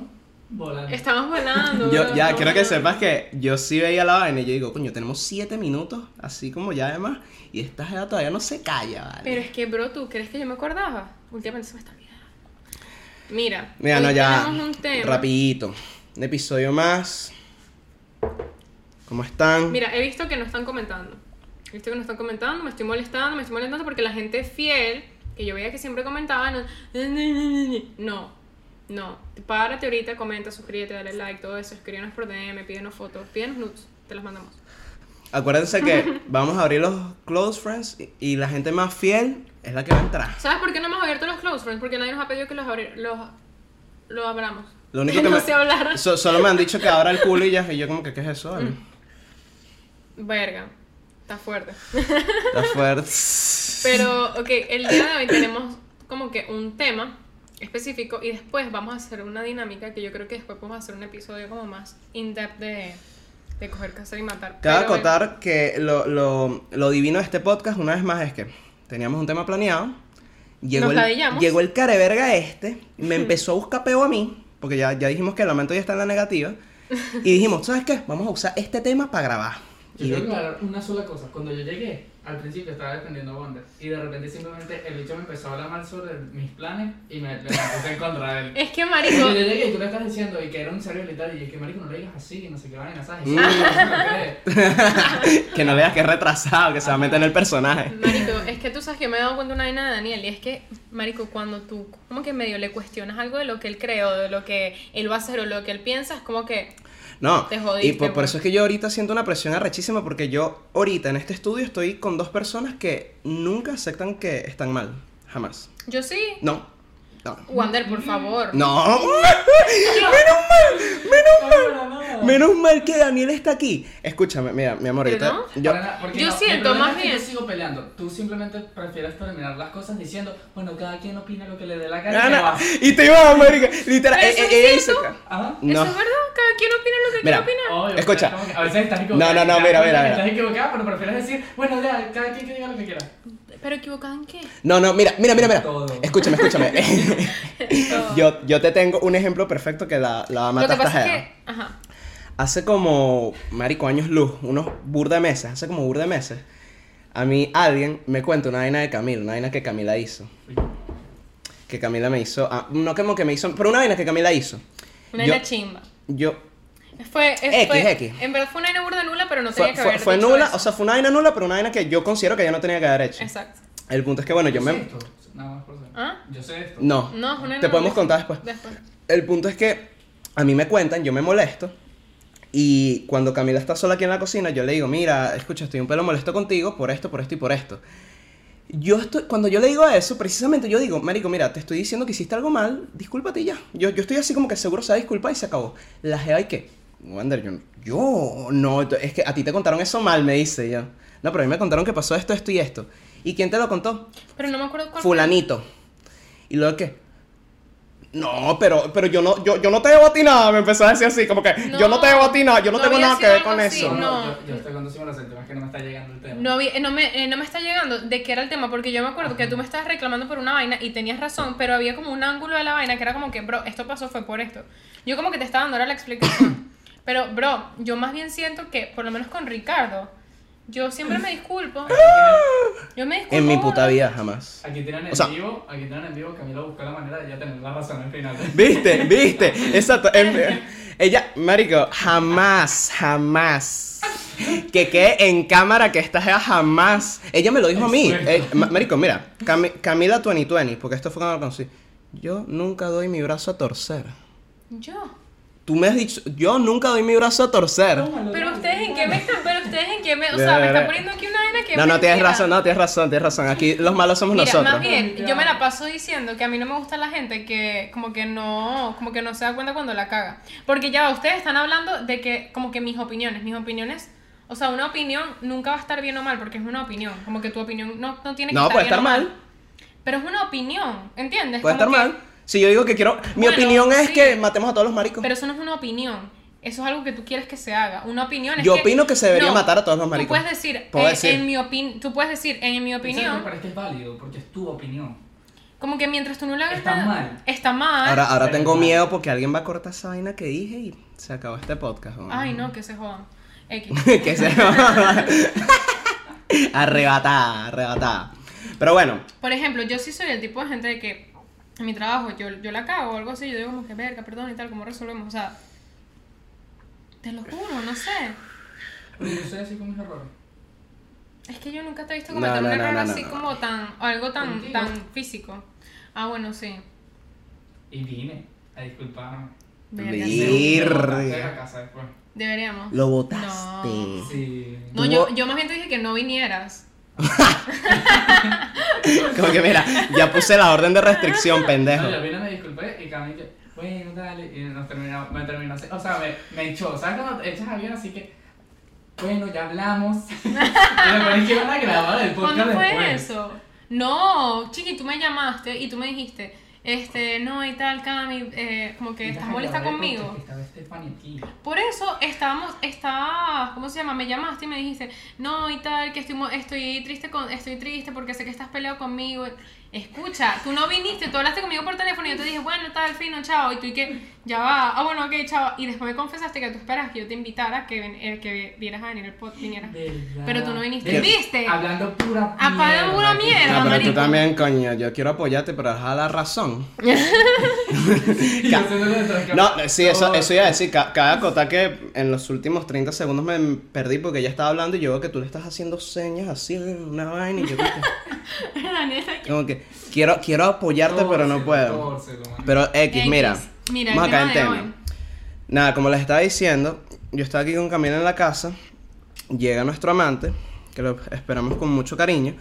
Speaker 3: volando.
Speaker 1: Estamos volando.
Speaker 2: Yo
Speaker 1: bro.
Speaker 2: ya quiero que sepas que yo sí veía la vaina y yo digo, coño, tenemos 7 minutos, así como ya además, y esta jeva todavía no se calla, ¿vale?
Speaker 1: Pero es que, bro, ¿tú crees que yo me acordaba? Últimamente se me está olvidando. Mira,
Speaker 2: Mira,
Speaker 1: hoy
Speaker 2: no, ya.
Speaker 1: tenemos un tema.
Speaker 2: Rapidito. Un episodio más. ¿Cómo están?
Speaker 1: Mira, he visto que no están comentando. He visto que no están comentando, me estoy molestando, me estoy molestando porque la gente fiel, que yo veía que siempre comentaban, no, no. Párate ahorita, comenta, suscríbete, dale like, todo eso, escríbenos por DM, pídenos fotos, pídenos nudes, te las mandamos.
Speaker 2: Acuérdense que vamos a abrir los close friends y, y la gente más fiel es la que va a entrar.
Speaker 1: ¿Sabes por qué no hemos abierto los close friends? Porque nadie nos ha pedido que los, abri- los, los abramos.
Speaker 2: Lo único que
Speaker 1: no
Speaker 2: me-
Speaker 1: sé hablar.
Speaker 2: so- solo me han dicho que abra el culo y ya. Y yo como que, ¿qué es eso? vale?
Speaker 1: Mm. Verga, está fuerte.
Speaker 2: Está fuerte.
Speaker 1: Pero, ok, el día de hoy tenemos como que un tema específico y después vamos a hacer una dinámica que yo creo que después podemos hacer un episodio como más in-depth de, de coger, cazar y matar.
Speaker 2: Cabe
Speaker 1: Pero,
Speaker 2: acotar que lo, lo- lo divino de este podcast, una vez más, es que teníamos un tema planeado. Llegó
Speaker 1: Nos
Speaker 2: el,
Speaker 1: ladillamos.
Speaker 2: llegó el careverga este, me empezó a buscar peo a mí, porque ya, ya dijimos que el lamento ya está en la negativa. Y dijimos, ¿sabes qué? Vamos a usar este tema para grabar.
Speaker 3: Yo
Speaker 2: Y-
Speaker 3: quiero aclarar una sola cosa. Cuando yo llegué, al principio estaba defendiendo a Wonder. Y de repente simplemente el bicho me empezó a hablar mal sobre mis planes y me, me puse en contra de él.
Speaker 1: bueno, Es que,
Speaker 3: Y yo
Speaker 1: marico,
Speaker 3: llegué y tú le estás diciendo y que era un serio y tal, y yo, que marico no le digas así, no sé qué vaina, ¿sabes?
Speaker 2: Mm.
Speaker 3: Y yo, "No, no, no, no, no".
Speaker 2: que no le veas que es retrasado, que se va a meter en el personaje.
Speaker 1: marico, es que tú sabes que yo me he dado cuenta de una vaina de Daniel y es que, marico, cuando tú como que medio le cuestionas algo de lo que él creó, de lo que él va a hacer o lo que él piensa, es como que
Speaker 2: No,
Speaker 1: Te jodiste, pues.
Speaker 2: y por, por
Speaker 1: güey.
Speaker 2: eso es que yo ahorita siento una presión arrechísima porque yo ahorita en este estudio estoy con dos personas que nunca aceptan que están mal, jamás.
Speaker 1: yo sí.
Speaker 2: No, no,
Speaker 1: Wander, por favor.
Speaker 2: no. Menos mal que Daniel está aquí. Escúchame, mira, mi amor,
Speaker 1: Pero
Speaker 2: ahorita-
Speaker 1: no.
Speaker 2: yo-
Speaker 3: Para nada, porque
Speaker 1: yo
Speaker 3: no, el
Speaker 1: siento
Speaker 3: problema
Speaker 1: más
Speaker 3: es que
Speaker 1: bien-
Speaker 3: Yo sigo peleando. Tú simplemente prefieres terminar las cosas diciendo, bueno, cada quien opina lo que le dé la gana. y te
Speaker 2: Ana,
Speaker 3: vas.
Speaker 2: y te iba a marica, literal,
Speaker 1: Pero eso
Speaker 2: eh,
Speaker 1: es
Speaker 2: eh, eh,
Speaker 1: cierto.
Speaker 2: esa-
Speaker 3: Ajá.
Speaker 1: Eso
Speaker 2: No.
Speaker 1: es verdad, cada quien opina lo que
Speaker 2: Mira.
Speaker 1: quiere opinar.
Speaker 3: Obvio,
Speaker 2: Escucha.
Speaker 3: o sea, como que A veces estás
Speaker 2: No, no,
Speaker 3: equivocada.
Speaker 2: no,
Speaker 3: te das
Speaker 2: mira,
Speaker 3: cuenta
Speaker 2: mira,
Speaker 3: que
Speaker 2: mira.
Speaker 3: Estás equivocada, pero prefieres decir, bueno, ya, cada quien que diga lo que quiera.
Speaker 1: Pero equivocada en qué?
Speaker 2: No, no, mira, mira, mira, mira.
Speaker 3: Todo.
Speaker 2: Escúchame, escúchame. yo, yo te tengo un ejemplo perfecto que la, la
Speaker 1: Lo
Speaker 2: mata
Speaker 1: que
Speaker 2: esta
Speaker 1: pasa es
Speaker 2: jeva.
Speaker 1: que, ajá,
Speaker 2: Hace como, marico, años luz, unos burda meses, hace como burda meses, a mí alguien me cuenta una vaina de Camila, una vaina que Camila hizo. Que Camila me hizo, ah, no como que me hizo, pero una vaina que Camila hizo.
Speaker 1: una
Speaker 2: Yo-
Speaker 1: en la chimba.
Speaker 2: Yo,
Speaker 1: Fue, es-
Speaker 2: X,
Speaker 1: fue-
Speaker 2: X.
Speaker 1: En verdad fue una vaina burda nula, pero no tenía
Speaker 2: fue,
Speaker 1: que
Speaker 2: fue-
Speaker 1: haber
Speaker 2: fue
Speaker 1: dicho
Speaker 2: nula,
Speaker 1: eso.
Speaker 2: o sea, fue una vaina nula, pero una vaina que yo considero que yo no tenía que haber hecho.
Speaker 1: Exacto.
Speaker 2: El punto es que, bueno, yo
Speaker 3: sé
Speaker 2: me...
Speaker 3: esto. Nada más por saber.
Speaker 1: ¿Ah?
Speaker 3: Yo sé esto.
Speaker 2: No.
Speaker 1: No, es una
Speaker 2: Te
Speaker 1: vaina
Speaker 2: podemos
Speaker 1: burda.
Speaker 2: contar después.
Speaker 1: Después.
Speaker 2: El punto es que a mí me cuentan, yo me molesto. Y cuando Camila está sola aquí en la cocina, yo le digo, mira, escucha, estoy un pelo molesto contigo por esto, por esto y por esto. Yo estoy, cuando yo le digo eso, precisamente yo digo, marico, mira, te estoy diciendo que hiciste algo mal, discúlpate y ya. Yo, yo estoy así como que seguro se va a disculpar y se acabó. La jeva y que, Wander, yo, yo, no, es que a ti te contaron eso mal, me dice yo. No, pero a mí me contaron que pasó esto, esto y esto. ¿Y quién te lo contó?
Speaker 1: Pero no me acuerdo cuál fue.
Speaker 2: fulanito. Y luego que no, pero pero yo no yo, yo no te debo a ti nada, me empezó a decir así como que yo no te debo a ti nada, yo no,
Speaker 1: No
Speaker 2: tengo
Speaker 1: había
Speaker 2: nada que
Speaker 1: sido
Speaker 2: ver
Speaker 1: algo
Speaker 2: con
Speaker 1: así,
Speaker 2: eso.
Speaker 1: no.
Speaker 3: Yo, yo estoy conduciendo la séptima, es que no me está llegando el tema.
Speaker 1: No, había- eh, no, me, eh, no me está llegando de qué era el tema, porque yo me acuerdo que tú me estabas reclamando por una vaina y tenías razón, pero había como un ángulo de la vaina que era como que, bro, esto pasó fue por esto. Yo como que te estaba dando ahora la explicación. Pero, bro, yo más bien siento que, por lo menos con Ricardo, yo siempre me disculpo. Yo me disculpo.
Speaker 2: En mi puta
Speaker 1: burda.
Speaker 2: vida jamás.
Speaker 3: Aquí tienen en
Speaker 2: O sea-
Speaker 3: vivo, aquí tienen en vivo, Camila busca la manera de ya tener la razón al final.
Speaker 2: ¿Viste? ¿Viste? Exacto. En- ella, marico, jamás, jamás. Que quede en cámara que esta jeva jamás. Ella me lo dijo a mí.
Speaker 3: Exacto.
Speaker 2: Eh, ma- marico, mira, Cami- Camila 2020, porque esto fue cuando la conocí. Yo nunca doy mi brazo a torcer.
Speaker 1: Yo.
Speaker 2: Tú me has dicho, yo nunca doy mi brazo a torcer.
Speaker 1: Pero ustedes en qué me están, pero ustedes en qué me, o
Speaker 2: De
Speaker 1: sea, me
Speaker 2: verdad.
Speaker 1: están poniendo aquí una vaina que
Speaker 2: No,
Speaker 1: es
Speaker 2: no, tienes
Speaker 1: mentira.
Speaker 2: razón, no, tienes razón, tienes razón. Aquí los malos somos
Speaker 1: Mira,
Speaker 2: nosotros.
Speaker 1: más bien, yo me la paso diciendo que a mí no me gusta la gente que como que no, como que no se da cuenta cuando la caga. Porque ya ustedes están hablando de que como que mis opiniones, mis opiniones, o sea, una opinión nunca va a estar bien o mal porque es una opinión, como que tu opinión no, no tiene que
Speaker 2: No,
Speaker 1: estar
Speaker 2: puede
Speaker 1: bien
Speaker 2: estar
Speaker 1: o
Speaker 2: mal,
Speaker 1: Pero es una opinión, ¿entiendes?
Speaker 2: puede estar
Speaker 1: Como que-
Speaker 2: mal. Si yo digo que quiero, mi
Speaker 1: Bueno,
Speaker 2: opinión es
Speaker 1: sí.
Speaker 2: que matemos a todos los maricos.
Speaker 1: Pero eso no es una opinión. Eso es algo que tú quieres que se haga. Una opinión es
Speaker 2: Yo opino que se debería matar a todos los
Speaker 1: Tú
Speaker 2: maricos.
Speaker 1: puedes decir,
Speaker 2: Puedo
Speaker 1: eh,
Speaker 2: decir.
Speaker 1: en mi opin tú puedes decir, en mi opinión,
Speaker 3: Pero es que es válido, porque es tu opinión.
Speaker 1: como que mientras tú no le hagas
Speaker 3: Está
Speaker 1: nada-
Speaker 3: mal.
Speaker 1: Está mal.
Speaker 2: Ahora, ahora
Speaker 3: Pero
Speaker 2: tengo
Speaker 3: mal.
Speaker 2: miedo porque alguien va a cortar esa vaina que dije y se acabó este podcast. ¿no?
Speaker 1: Ay, no, que se jodan. X.
Speaker 2: que se Arrebatada, arrebatada. Pero bueno,
Speaker 1: Por ejemplo, yo sí soy el tipo de gente de que en mi trabajo yo, yo la cago o algo así, yo digo como que verga, perdón y tal, ¿cómo resolvemos? O sea, te lo juro, no sé.
Speaker 3: Pero yo sé así con mis errores.
Speaker 1: Es que yo nunca te he visto
Speaker 2: No,
Speaker 1: cometer
Speaker 2: no,
Speaker 1: un
Speaker 2: no,
Speaker 1: error
Speaker 2: no, no,
Speaker 1: así
Speaker 2: no.
Speaker 1: como tan, o algo tan,
Speaker 3: Contigo.
Speaker 1: tan físico. Ah, bueno, sí.
Speaker 3: Y vine a disculparme.
Speaker 1: Verga,
Speaker 2: Vi-
Speaker 1: sí.
Speaker 2: Irre.
Speaker 3: Irre. a casa después.
Speaker 1: Deberíamos.
Speaker 2: lo votaste.
Speaker 1: No.
Speaker 3: Sí.
Speaker 1: No, yo, yo más bien te dije que no vinieras.
Speaker 2: Como que mira, ya puse la orden de restricción, pendejo.
Speaker 3: No, yo vine, me disculpé y Camila que, bueno, dale. Y nos terminamos, me terminó así. O sea, me, me echó. ¿Sabes cuando te echas a alguien así que, bueno, ya hablamos? y me parece que van a grabar el podcast
Speaker 1: ¿Cuándo fue
Speaker 3: después.
Speaker 1: eso? No, chiqui, tú me llamaste y tú me dijiste, este, no y tal, Cami, eh, como que
Speaker 3: Y
Speaker 1: estás
Speaker 3: vas a
Speaker 1: molesta
Speaker 3: grabar el
Speaker 1: conmigo.
Speaker 3: podcast que Estaba Stephanie aquí.
Speaker 1: Por eso estábamos, estabas, ¿cómo se llama? Me llamaste y me dijiste, no y tal, que estoy, mo- estoy triste con, estoy triste porque sé que estás peleado conmigo. Escucha, tú no viniste, tú hablaste conmigo por teléfono y yo te dije, bueno, tal, fino, chao. Y tú y que, ya va, ah, bueno, ok, chao. Y después me confesaste que tú esperas que yo te invitara, que, ven- eh, que vieras a venir el podcast, vinieras.
Speaker 3: Verdad.
Speaker 1: Pero tú no viniste.
Speaker 2: ¿Qué?
Speaker 1: ¿Viste?
Speaker 3: Hablando pura
Speaker 1: Ah, para pura mierda,
Speaker 2: No, Ah, pero tú
Speaker 1: marico.
Speaker 2: también, coño, yo quiero apoyarte, pero deja la razón.
Speaker 3: Y yo haciéndole detrás de
Speaker 2: No,
Speaker 3: cámara.
Speaker 2: sí, eso,
Speaker 3: No,
Speaker 2: eso iba a decir. Cada acotar que en los últimos 30 segundos me perdí porque ella estaba hablando y yo veo que tú le estás haciendo señas así, una vaina, y yo como que,
Speaker 5: Daniela,
Speaker 2: Como que quiero, quiero apoyarte, pero no
Speaker 3: Tórselo,
Speaker 2: puedo.
Speaker 3: tórselo, man.
Speaker 2: Pero X, mira,
Speaker 1: X. Mira,
Speaker 2: vamos
Speaker 1: el
Speaker 2: a caer
Speaker 1: tema
Speaker 2: en
Speaker 1: de
Speaker 2: tema.
Speaker 1: hoy.
Speaker 2: Nada, como les estaba diciendo, yo estaba aquí con Camila en la casa, llega nuestro amante, que lo esperamos con mucho cariño,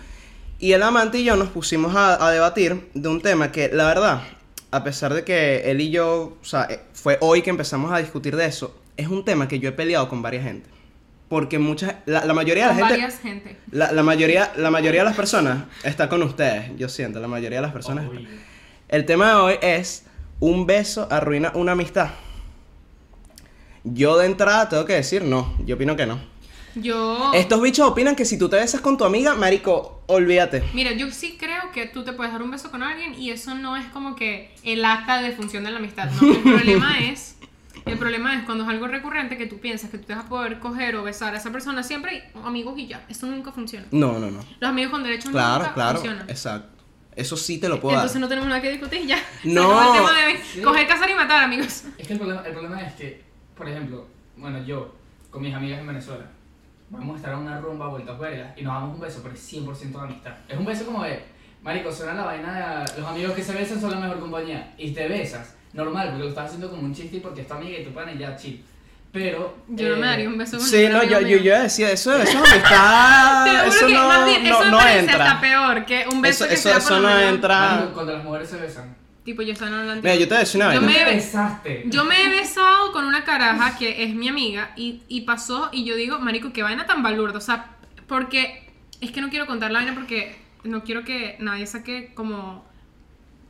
Speaker 2: y el amante y yo nos pusimos a, a debatir de un tema que, la verdad, a pesar de que él y yo, o sea, eh, fue hoy que empezamos a discutir de eso, es un tema que yo he peleado con varias gente. Porque muchas, la, la mayoría de la
Speaker 1: Con
Speaker 2: gente...
Speaker 1: varias gente.
Speaker 2: La, la mayoría, la mayoría de las personas está con ustedes, yo siento, la mayoría de las personas.
Speaker 3: Uy.
Speaker 2: El tema de hoy es, un beso arruina una amistad. Yo de entrada tengo que decir no, yo opino que no.
Speaker 1: Yo.
Speaker 2: Estos bichos opinan que si tú te besas con tu amiga, marico, olvídate.
Speaker 1: Mira, yo sí creo que tú te puedes dar un beso con alguien y eso no es como que el acta de función de la amistad. No, el problema es. El problema es cuando es algo recurrente que tú piensas que tú te vas a poder coger o besar a esa persona siempre, y, amigos y ya. Eso nunca funciona.
Speaker 2: No, no, no.
Speaker 1: Los amigos con derechos
Speaker 2: Claro,
Speaker 1: nunca
Speaker 2: claro,
Speaker 1: funcionan.
Speaker 2: exacto. Eso sí te lo puedo
Speaker 1: Entonces
Speaker 2: dar.
Speaker 1: no tenemos nada que discutir ya. Se
Speaker 2: No.
Speaker 1: acabó el tema de
Speaker 3: Sí.
Speaker 1: coger, cazar y matar, amigos.
Speaker 3: Es que el problema, el problema es que, por ejemplo, bueno, yo, con mis amigas en Venezuela, vamos a estar a una rumba vuelta vergas y nos damos un beso, pero es 100% de amistad. Es un beso como de, marico, suena la vaina de los amigos que se besan son la mejor compañía. Y te besas, normal, porque lo estás haciendo como un chiste y porque es tu amiga y tu pana y ya chill. Pero.
Speaker 1: Yo no
Speaker 3: eh,
Speaker 1: me daría un beso con
Speaker 2: Sí,
Speaker 1: ningún
Speaker 2: no, yo,
Speaker 1: amigo
Speaker 2: yo,
Speaker 1: mío.
Speaker 2: yo decía, eso, eso es amistad,
Speaker 1: Te lo juro
Speaker 2: eso
Speaker 1: que,
Speaker 2: no,
Speaker 1: más bien,
Speaker 2: no,
Speaker 1: eso
Speaker 2: no
Speaker 1: parece hasta
Speaker 2: entra.
Speaker 1: peor que un beso
Speaker 2: Eso,
Speaker 1: que
Speaker 2: eso,
Speaker 1: sea por
Speaker 2: eso
Speaker 1: la
Speaker 2: no
Speaker 1: mañana.
Speaker 2: entra.
Speaker 3: marico, cuando las mujeres se besan.
Speaker 1: Tipo, yo estaba hablando
Speaker 2: Mira, yo te voy a decir una
Speaker 1: Yo
Speaker 2: vaina.
Speaker 1: me-
Speaker 3: ¿Te besaste?
Speaker 1: Yo me he besado con una caraja que es mi amiga y, y pasó y yo digo, marico, qué vaina tan balurda. O sea, porque es que no quiero contar la vaina porque no quiero que nadie saque como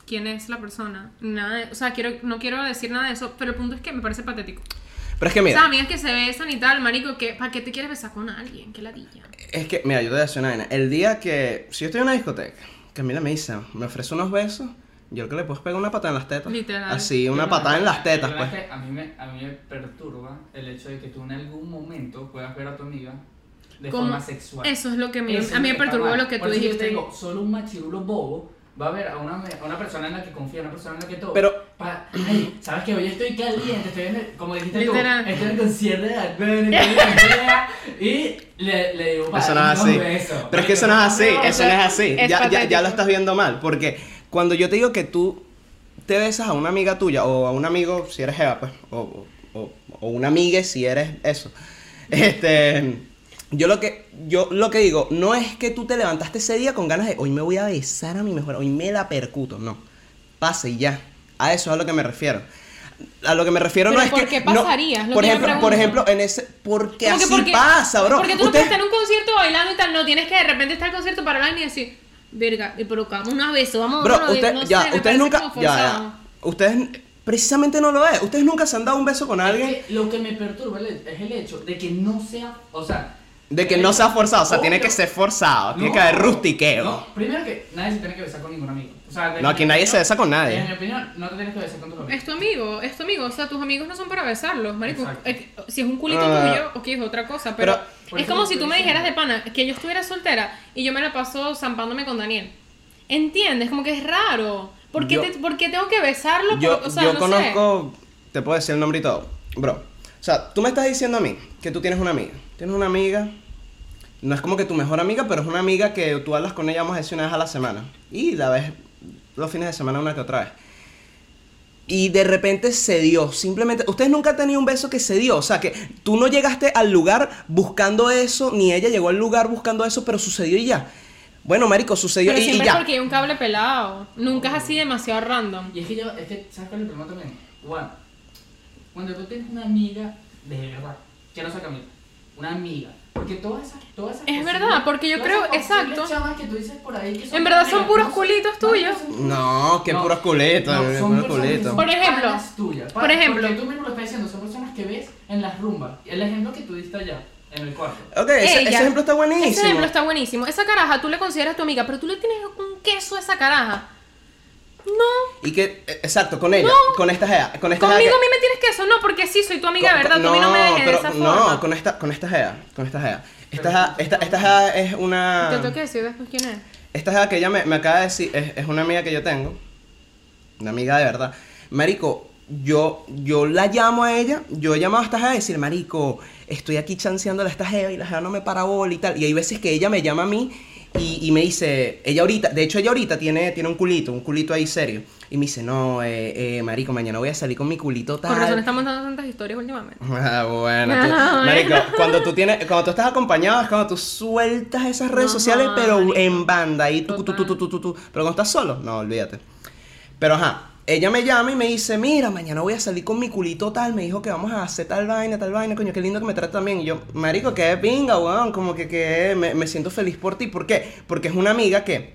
Speaker 1: quién es la persona. Nada de- o sea, quiero, no quiero decir nada de eso, pero el punto es que me parece patético.
Speaker 2: Pero es que
Speaker 1: O sea,
Speaker 2: mira,
Speaker 1: amigas que se besan y tal, marico, que ¿para qué te quieres besar con alguien? Qué ladilla.
Speaker 2: es que, mira, yo te voy a decir una vaina. El día que, si yo estoy en una discoteca, Camila me dice, me ofrece unos besos, yo lo que le puedo es pegar una patada en las tetas.
Speaker 1: Literal.
Speaker 2: Así,
Speaker 3: Yo
Speaker 2: una
Speaker 3: no-
Speaker 2: patada en las tetas,
Speaker 3: yo la
Speaker 2: pues.
Speaker 3: verdad es que A mí, me, a mí me perturba el hecho de que tú en algún momento puedas ver a tu amiga de
Speaker 1: Como-
Speaker 3: forma sexual.
Speaker 1: Eso es lo que me-
Speaker 3: Eso
Speaker 1: a mí me
Speaker 3: está
Speaker 1: perturbó
Speaker 3: mal.
Speaker 1: lo que tú
Speaker 3: Por eso yo
Speaker 1: dijiste.
Speaker 3: te digo, solo un machirulo bobo va a ver a una, a una persona en la que confía, a una persona en la que todo.
Speaker 2: Pero-
Speaker 3: pa- ay, sabes que hoy estoy caliente, estoy en el- como dijiste
Speaker 1: Literal.
Speaker 3: tú, estoy en el concierto de Bad Bunny, estoy en la y le, le digo,
Speaker 2: Eso no
Speaker 3: "Vale,
Speaker 2: es así.
Speaker 3: un beso".
Speaker 2: Pero es que eso no es así,
Speaker 1: No, o
Speaker 2: eso no
Speaker 1: sea,
Speaker 2: es así.
Speaker 1: es
Speaker 2: Ya, ya, ya
Speaker 1: patético.
Speaker 2: lo estás viendo mal, porque cuando yo te digo que tú te besas a una amiga tuya o a un amigo si eres Eva, pues, o, o, o- o una amiga si eres eso. Este, yo lo que yo lo que digo no es que tú te levantaste ese día con ganas de hoy me voy a besar a mi mejor, hoy me la percuto, no. Pase y ya. A eso es a lo que me refiero. A lo que me refiero
Speaker 1: Pero
Speaker 2: no es
Speaker 1: ¿por
Speaker 2: que
Speaker 1: qué
Speaker 2: no-
Speaker 1: pasaría? Es lo
Speaker 2: por
Speaker 1: que yo
Speaker 2: ejemplo, por
Speaker 1: pregunto.
Speaker 2: ejemplo, en ese porque
Speaker 1: Como que
Speaker 2: así pasa, bro.
Speaker 1: Porque tú no puedes
Speaker 2: Ustedes-
Speaker 1: estar en un concierto bailando y tal, no tienes que de repente estar en el concierto para bailar y decir, verga, eh, y provocamos una vez, o vamos
Speaker 2: Bro,
Speaker 1: vámonos", eh,
Speaker 2: usted-
Speaker 1: no sé,
Speaker 2: ya,
Speaker 1: me
Speaker 2: ustedes
Speaker 1: parece
Speaker 2: nunca.
Speaker 1: como
Speaker 2: Ya,
Speaker 1: forzado.
Speaker 2: ya. Ustedes precisamente no lo es. Ustedes nunca se han dado un beso con alguien
Speaker 3: Es que lo que me perturba es es el hecho de que no sea, o sea,
Speaker 2: de que no se ha forzado. O sea, tiene
Speaker 3: Obvio.
Speaker 2: que ser forzado. Tiene que haber rustiqueo.
Speaker 3: No, primero que nadie se tiene que besar con ningún amigo. O sea, desde
Speaker 2: No,
Speaker 3: mi
Speaker 2: aquí nadie
Speaker 3: opinión-
Speaker 2: se besa con nadie.
Speaker 3: Desde mi opinión, no te tienes que besar con tus amigos.
Speaker 1: Es tu amigo, es tu amigo, o sea, tus amigos no son para besarlos, marico.
Speaker 3: Exacto.
Speaker 1: Eh, Si es un culito
Speaker 2: Ah.
Speaker 1: tuyo, ok, es otra cosa, pero,
Speaker 2: Pero-
Speaker 3: Por
Speaker 1: es
Speaker 3: eso
Speaker 1: como
Speaker 3: te
Speaker 1: si tú
Speaker 3: estoy
Speaker 1: me dijeras de
Speaker 3: diciendo.
Speaker 1: pana que yo estuviera soltera y yo me la paso zampándome con Daniel. ¿Entiendes? Como que es raro. ¿Por qué,
Speaker 2: Yo-
Speaker 1: te- por qué tengo que besarlo? Por-
Speaker 2: Yo,
Speaker 1: o sea,
Speaker 2: yo
Speaker 1: no sé.
Speaker 2: conozco. Te puedo decir el nombre y todo. Bro. O sea, tú me estás diciendo a mí que tú tienes una amiga. Tienes una amiga. No es como que tu mejor amiga, pero es una amiga que tú hablas con ella, vamos a decir, una vez a la semana. Y la ves los fines de semana una que otra vez. Y de repente se dio. Simplemente, ustedes nunca han tenido un beso que se dio. O sea, que tú no llegaste al lugar buscando eso, ni ella llegó al lugar buscando eso, pero sucedió y ya. Bueno, Marico, sucedió
Speaker 1: Pero
Speaker 2: y, y
Speaker 1: siempre es
Speaker 2: ya.
Speaker 1: porque hay un cable pelado. Nunca es así demasiado random.
Speaker 3: Y es que yo, es que, ¿sabes cuál es el problema también? Bueno, cuando tú tienes una amiga de verdad, que no sea Camila, una amiga, porque todas esas, todas esas
Speaker 1: Es
Speaker 3: posibles-
Speaker 1: verdad, porque yo
Speaker 3: todas
Speaker 1: creo-
Speaker 3: esas posibles
Speaker 1: exacto.
Speaker 3: chavas que tú dices por ahí que
Speaker 1: En verdad son
Speaker 3: amigas,
Speaker 1: puros
Speaker 3: no
Speaker 1: culitos
Speaker 3: no,
Speaker 1: tuyos.
Speaker 2: Mm,
Speaker 3: son puros-
Speaker 2: No, que
Speaker 3: No,
Speaker 2: puros culetos.
Speaker 3: no,
Speaker 2: que puros
Speaker 3: son personas que
Speaker 2: culetos.
Speaker 3: son
Speaker 1: Por ejemplo,
Speaker 3: panas tuyas,
Speaker 1: por
Speaker 3: panas,
Speaker 1: ejemplo.
Speaker 3: Porque tú mismo lo estás diciendo, son personas que ves en las rumbas. El ejemplo que tú diste allá, en el cuarto.
Speaker 2: Ok, ese,
Speaker 1: Ella.
Speaker 2: ese ejemplo está buenísimo.
Speaker 1: Ese ejemplo está buenísimo. Esa caraja tú le consideras tu amiga, pero tú le tienes un queso a esa caraja. No.
Speaker 2: Y que, eh, exacto, con ella, con esta jea, con esta
Speaker 1: Conmigo
Speaker 2: jea
Speaker 1: a mí me tienes queso. No, porque sí, soy tu
Speaker 2: que-
Speaker 1: amiga, de
Speaker 2: con-
Speaker 1: ¿verdad? tú a mí no me dejes de esa
Speaker 2: no,
Speaker 1: forma.
Speaker 2: con esta, con esta jea, con esta jea. Esta
Speaker 3: Pero
Speaker 2: jea,
Speaker 3: tú-
Speaker 2: esta, esta jea es
Speaker 1: Te tengo
Speaker 2: una,
Speaker 1: que decir después quién es.
Speaker 2: esta jea que ella me, me acaba de decir, es, es una amiga que yo tengo, una amiga de verdad. Marico, yo, yo la llamo a ella, yo he llamado a esta jea a decir, marico, estoy aquí chanceándola a esta jea y la jea no me para bola y tal. Y hay veces que ella me llama a mí Y, y me dice, ella ahorita, de hecho ella ahorita tiene, tiene un culito, un culito ahí serio. Y me dice, no, eh, eh, marico, mañana voy a salir con mi culito tal.
Speaker 1: Por razón estamos dando tantas historias últimamente.
Speaker 2: Ah, bueno, tú-
Speaker 1: Ah,
Speaker 2: marico,
Speaker 1: bueno.
Speaker 2: cuando tú tienes, cuando tú estás acompañado es cuando tú sueltas esas redes
Speaker 1: Ajá,
Speaker 2: sociales, pero
Speaker 1: marico.
Speaker 2: en banda y tú, tú, tú, tú,
Speaker 1: Total.
Speaker 2: tú, tú, tú. pero cuando estás solo, no, olvídate. Pero ajá, ella me llama y me dice, mira, mañana voy a salir con mi culito tal, me dijo que vamos a hacer tal vaina, tal vaina, coño, qué lindo que me trata también. Y yo, marico, qué pinga, weón, como que, que me, me siento feliz por ti. ¿Por qué? Porque es una amiga que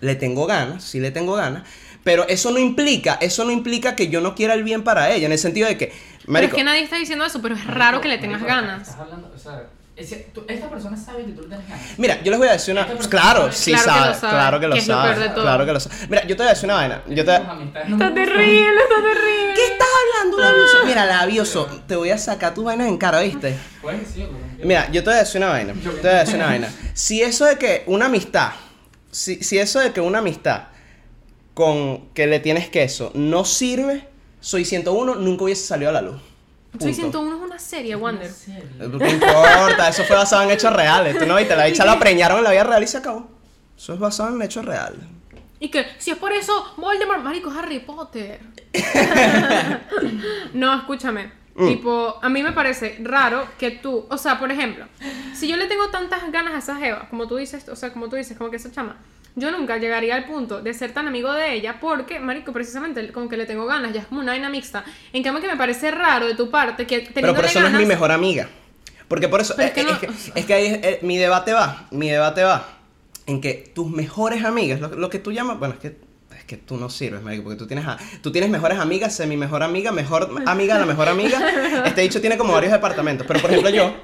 Speaker 2: le tengo ganas, sí le tengo ganas, pero eso no implica, eso no implica que yo no quiera el bien para ella, en el sentido de que,
Speaker 1: Pero
Speaker 2: marico,
Speaker 1: es que nadie está diciendo eso, pero es raro que le tengas
Speaker 3: Marico,
Speaker 1: ganas.
Speaker 3: Estás hablando, o sea, es que tú- esta persona sabe que tú le tienes ganas.
Speaker 2: Mira, yo les voy a decir una.
Speaker 3: Esta persona
Speaker 2: Claro,
Speaker 3: sabe.
Speaker 2: sí
Speaker 1: Claro que
Speaker 2: sabe,
Speaker 1: lo sabe,
Speaker 2: Claro que lo
Speaker 1: que es lo
Speaker 2: sabe.
Speaker 1: peor de todo.
Speaker 2: Claro que lo sabe. Mira, yo te voy a decir una vaina. Yo te...
Speaker 3: Tus amistades no
Speaker 1: Está
Speaker 3: me gustan.
Speaker 1: terrible, está terrible.
Speaker 2: ¿Qué estás hablando, labioso? Mira, labioso, te voy a sacar tus vainas en cara, ¿viste?
Speaker 3: Puedes decirlo. yo-
Speaker 2: Mira, yo te voy a decir una vaina. Yo te voy a decir una vaina. Si eso de que una amistad, si, si eso de que una amistad con que le tienes queso no sirve, soy 101, nunca hubiese salido a la luz.
Speaker 1: Soy
Speaker 2: Punto.
Speaker 1: 101 es una serie, Wander.
Speaker 3: En serio.
Speaker 2: No importa, eso fue basado en hechos reales. Tú no viste, la bicha la preñaron en la vida real y se acabó. Eso es basado en hechos reales.
Speaker 1: Y que si es por eso, Voldemort, marico, es Harry Potter. no, escúchame.
Speaker 2: Mm.
Speaker 1: Tipo, a mí me parece raro que tú, o sea, por ejemplo, si yo le tengo tantas ganas a esa jeva, como tú dices, o sea, como tú dices, como que esa chama, yo nunca llegaría al punto de ser tan amigo de ella porque, marico, precisamente con que le tengo ganas, ya es como una vaina mixta. En cambio que me parece raro de tu parte que
Speaker 2: Pero
Speaker 1: teniéndole
Speaker 2: por eso no es
Speaker 1: ganas-
Speaker 2: mi mejor amiga. Porque por eso.
Speaker 1: Pero es
Speaker 2: eh,
Speaker 1: que
Speaker 2: eh,
Speaker 1: no-
Speaker 2: es, que es que ahí es- eh, mi debate va. Mi debate va. En que tus mejores amigas, lo, lo que tú llamas. Bueno, es que. Es que tú no sirves, marico, porque tú tienes a- tú tienes mejores amigas, semi mejor amiga, mejor amiga, la mejor amiga. Este dicho tiene como varios departamentos, pero por ejemplo yo,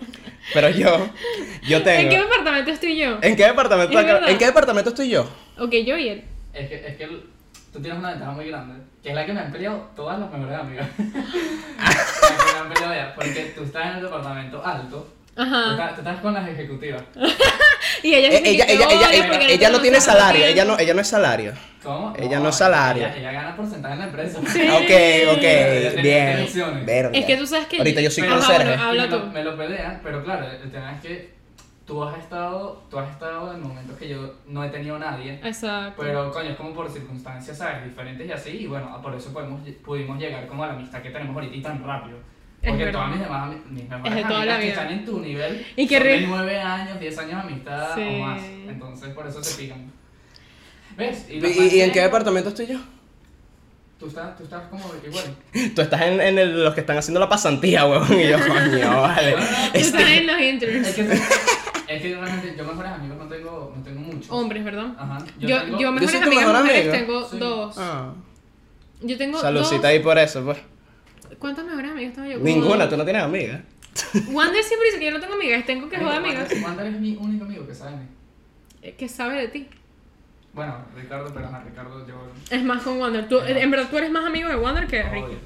Speaker 2: pero yo, yo
Speaker 1: ¿En
Speaker 2: tengo.
Speaker 1: qué departamento estoy yo?
Speaker 2: ¿En qué departamento?
Speaker 1: Es verdad.
Speaker 2: ¿En qué departamento estoy yo?
Speaker 1: Ok, yo y él.
Speaker 3: Es que, es que el- tú tienes una ventaja muy grande, que es la que me han peleado todas las mejores amigas. la que me han peleado ya, porque tú estás en el departamento alto, tú
Speaker 1: Ajá.
Speaker 3: estás, tú estás con las ejecutivas.
Speaker 1: Y ella
Speaker 2: Eh,
Speaker 1: dice que
Speaker 2: Ella,
Speaker 1: te
Speaker 2: ella,
Speaker 1: odia
Speaker 2: ella, ella,
Speaker 1: porque
Speaker 2: ella no tiene
Speaker 1: conoces a
Speaker 2: salario,
Speaker 1: nadie.
Speaker 2: ella no, eh. ella no es salario.
Speaker 3: ¿Cómo?
Speaker 2: Ella no es salario.
Speaker 3: Ella, ella gana porcentaje en la empresa.
Speaker 1: Sí.
Speaker 2: Ah, Ok, ok,
Speaker 3: Ella tiene
Speaker 2: bien.
Speaker 3: elecciones.
Speaker 2: verga.
Speaker 1: Es que tú sabes que
Speaker 2: Ahorita yo soy
Speaker 1: Ajá,
Speaker 2: conserje.
Speaker 1: bueno,
Speaker 3: Y
Speaker 1: habla
Speaker 3: me, lo,
Speaker 1: tú.
Speaker 3: me lo pelean, pero claro, el tema es que tú has estado, tú has estado en momentos que yo no he tenido nadie.
Speaker 1: Exacto.
Speaker 3: Pero coño, es como por circunstancias, ¿sabes? Diferentes y así, y bueno, ah, por eso podemos, pudimos llegar como a la amistad que tenemos ahorita y tan rápido.
Speaker 1: Es
Speaker 3: Porque
Speaker 1: verdad.
Speaker 3: todas mis demás ami- mis mejores
Speaker 1: Es de toda la
Speaker 3: amigas que
Speaker 1: vida.
Speaker 3: están en tu nivel
Speaker 1: Y que
Speaker 3: son
Speaker 1: re-
Speaker 3: de 9 años, 10 años de amistad
Speaker 1: Sí.
Speaker 3: o más. Entonces por eso te pican. ¿Ves?
Speaker 2: ¿Y,
Speaker 3: lo
Speaker 2: y- y en qué
Speaker 3: más que-
Speaker 2: departamento estoy yo?
Speaker 3: Tú estás, tú estás como igual.
Speaker 2: Tú estás en, en el- los que están haciendo la pasantía, huevón. Y yo, coño, vale.
Speaker 1: Tú
Speaker 2: Es-
Speaker 1: estás en los
Speaker 3: Es
Speaker 1: interns.
Speaker 3: que, es que realmente yo mejores amigos no tengo, no tengo muchos.
Speaker 1: Hombres, ¿verdad?
Speaker 3: Ajá.
Speaker 1: Yo,
Speaker 3: Ah, tengo-
Speaker 1: yo, mejores
Speaker 2: soy tu
Speaker 1: amigas
Speaker 2: mejor
Speaker 1: mujeres
Speaker 2: amiga.
Speaker 1: tengo
Speaker 3: Sí.
Speaker 1: dos.
Speaker 2: Ah,
Speaker 1: Yo tengo
Speaker 2: saludcita
Speaker 1: dos.
Speaker 2: ahí por eso, pues.
Speaker 1: ¿Cuántas mejores amigas tengo yo? Como
Speaker 2: Ninguna,
Speaker 1: dos.
Speaker 2: tú no tienes amiga.
Speaker 1: Wander siempre dice que yo no tengo amigas, tengo que joder amigas.
Speaker 3: Wander- Wander es mi único amigo que sabe. de mí.
Speaker 1: Eh, Que sabe de ti.
Speaker 3: Bueno, Ricardo, pero a Ricardo yo.
Speaker 1: Es más con Wander. Tú, eh, en verdad, tú eres más amigo de Wander que de Ricky.
Speaker 3: Obvio.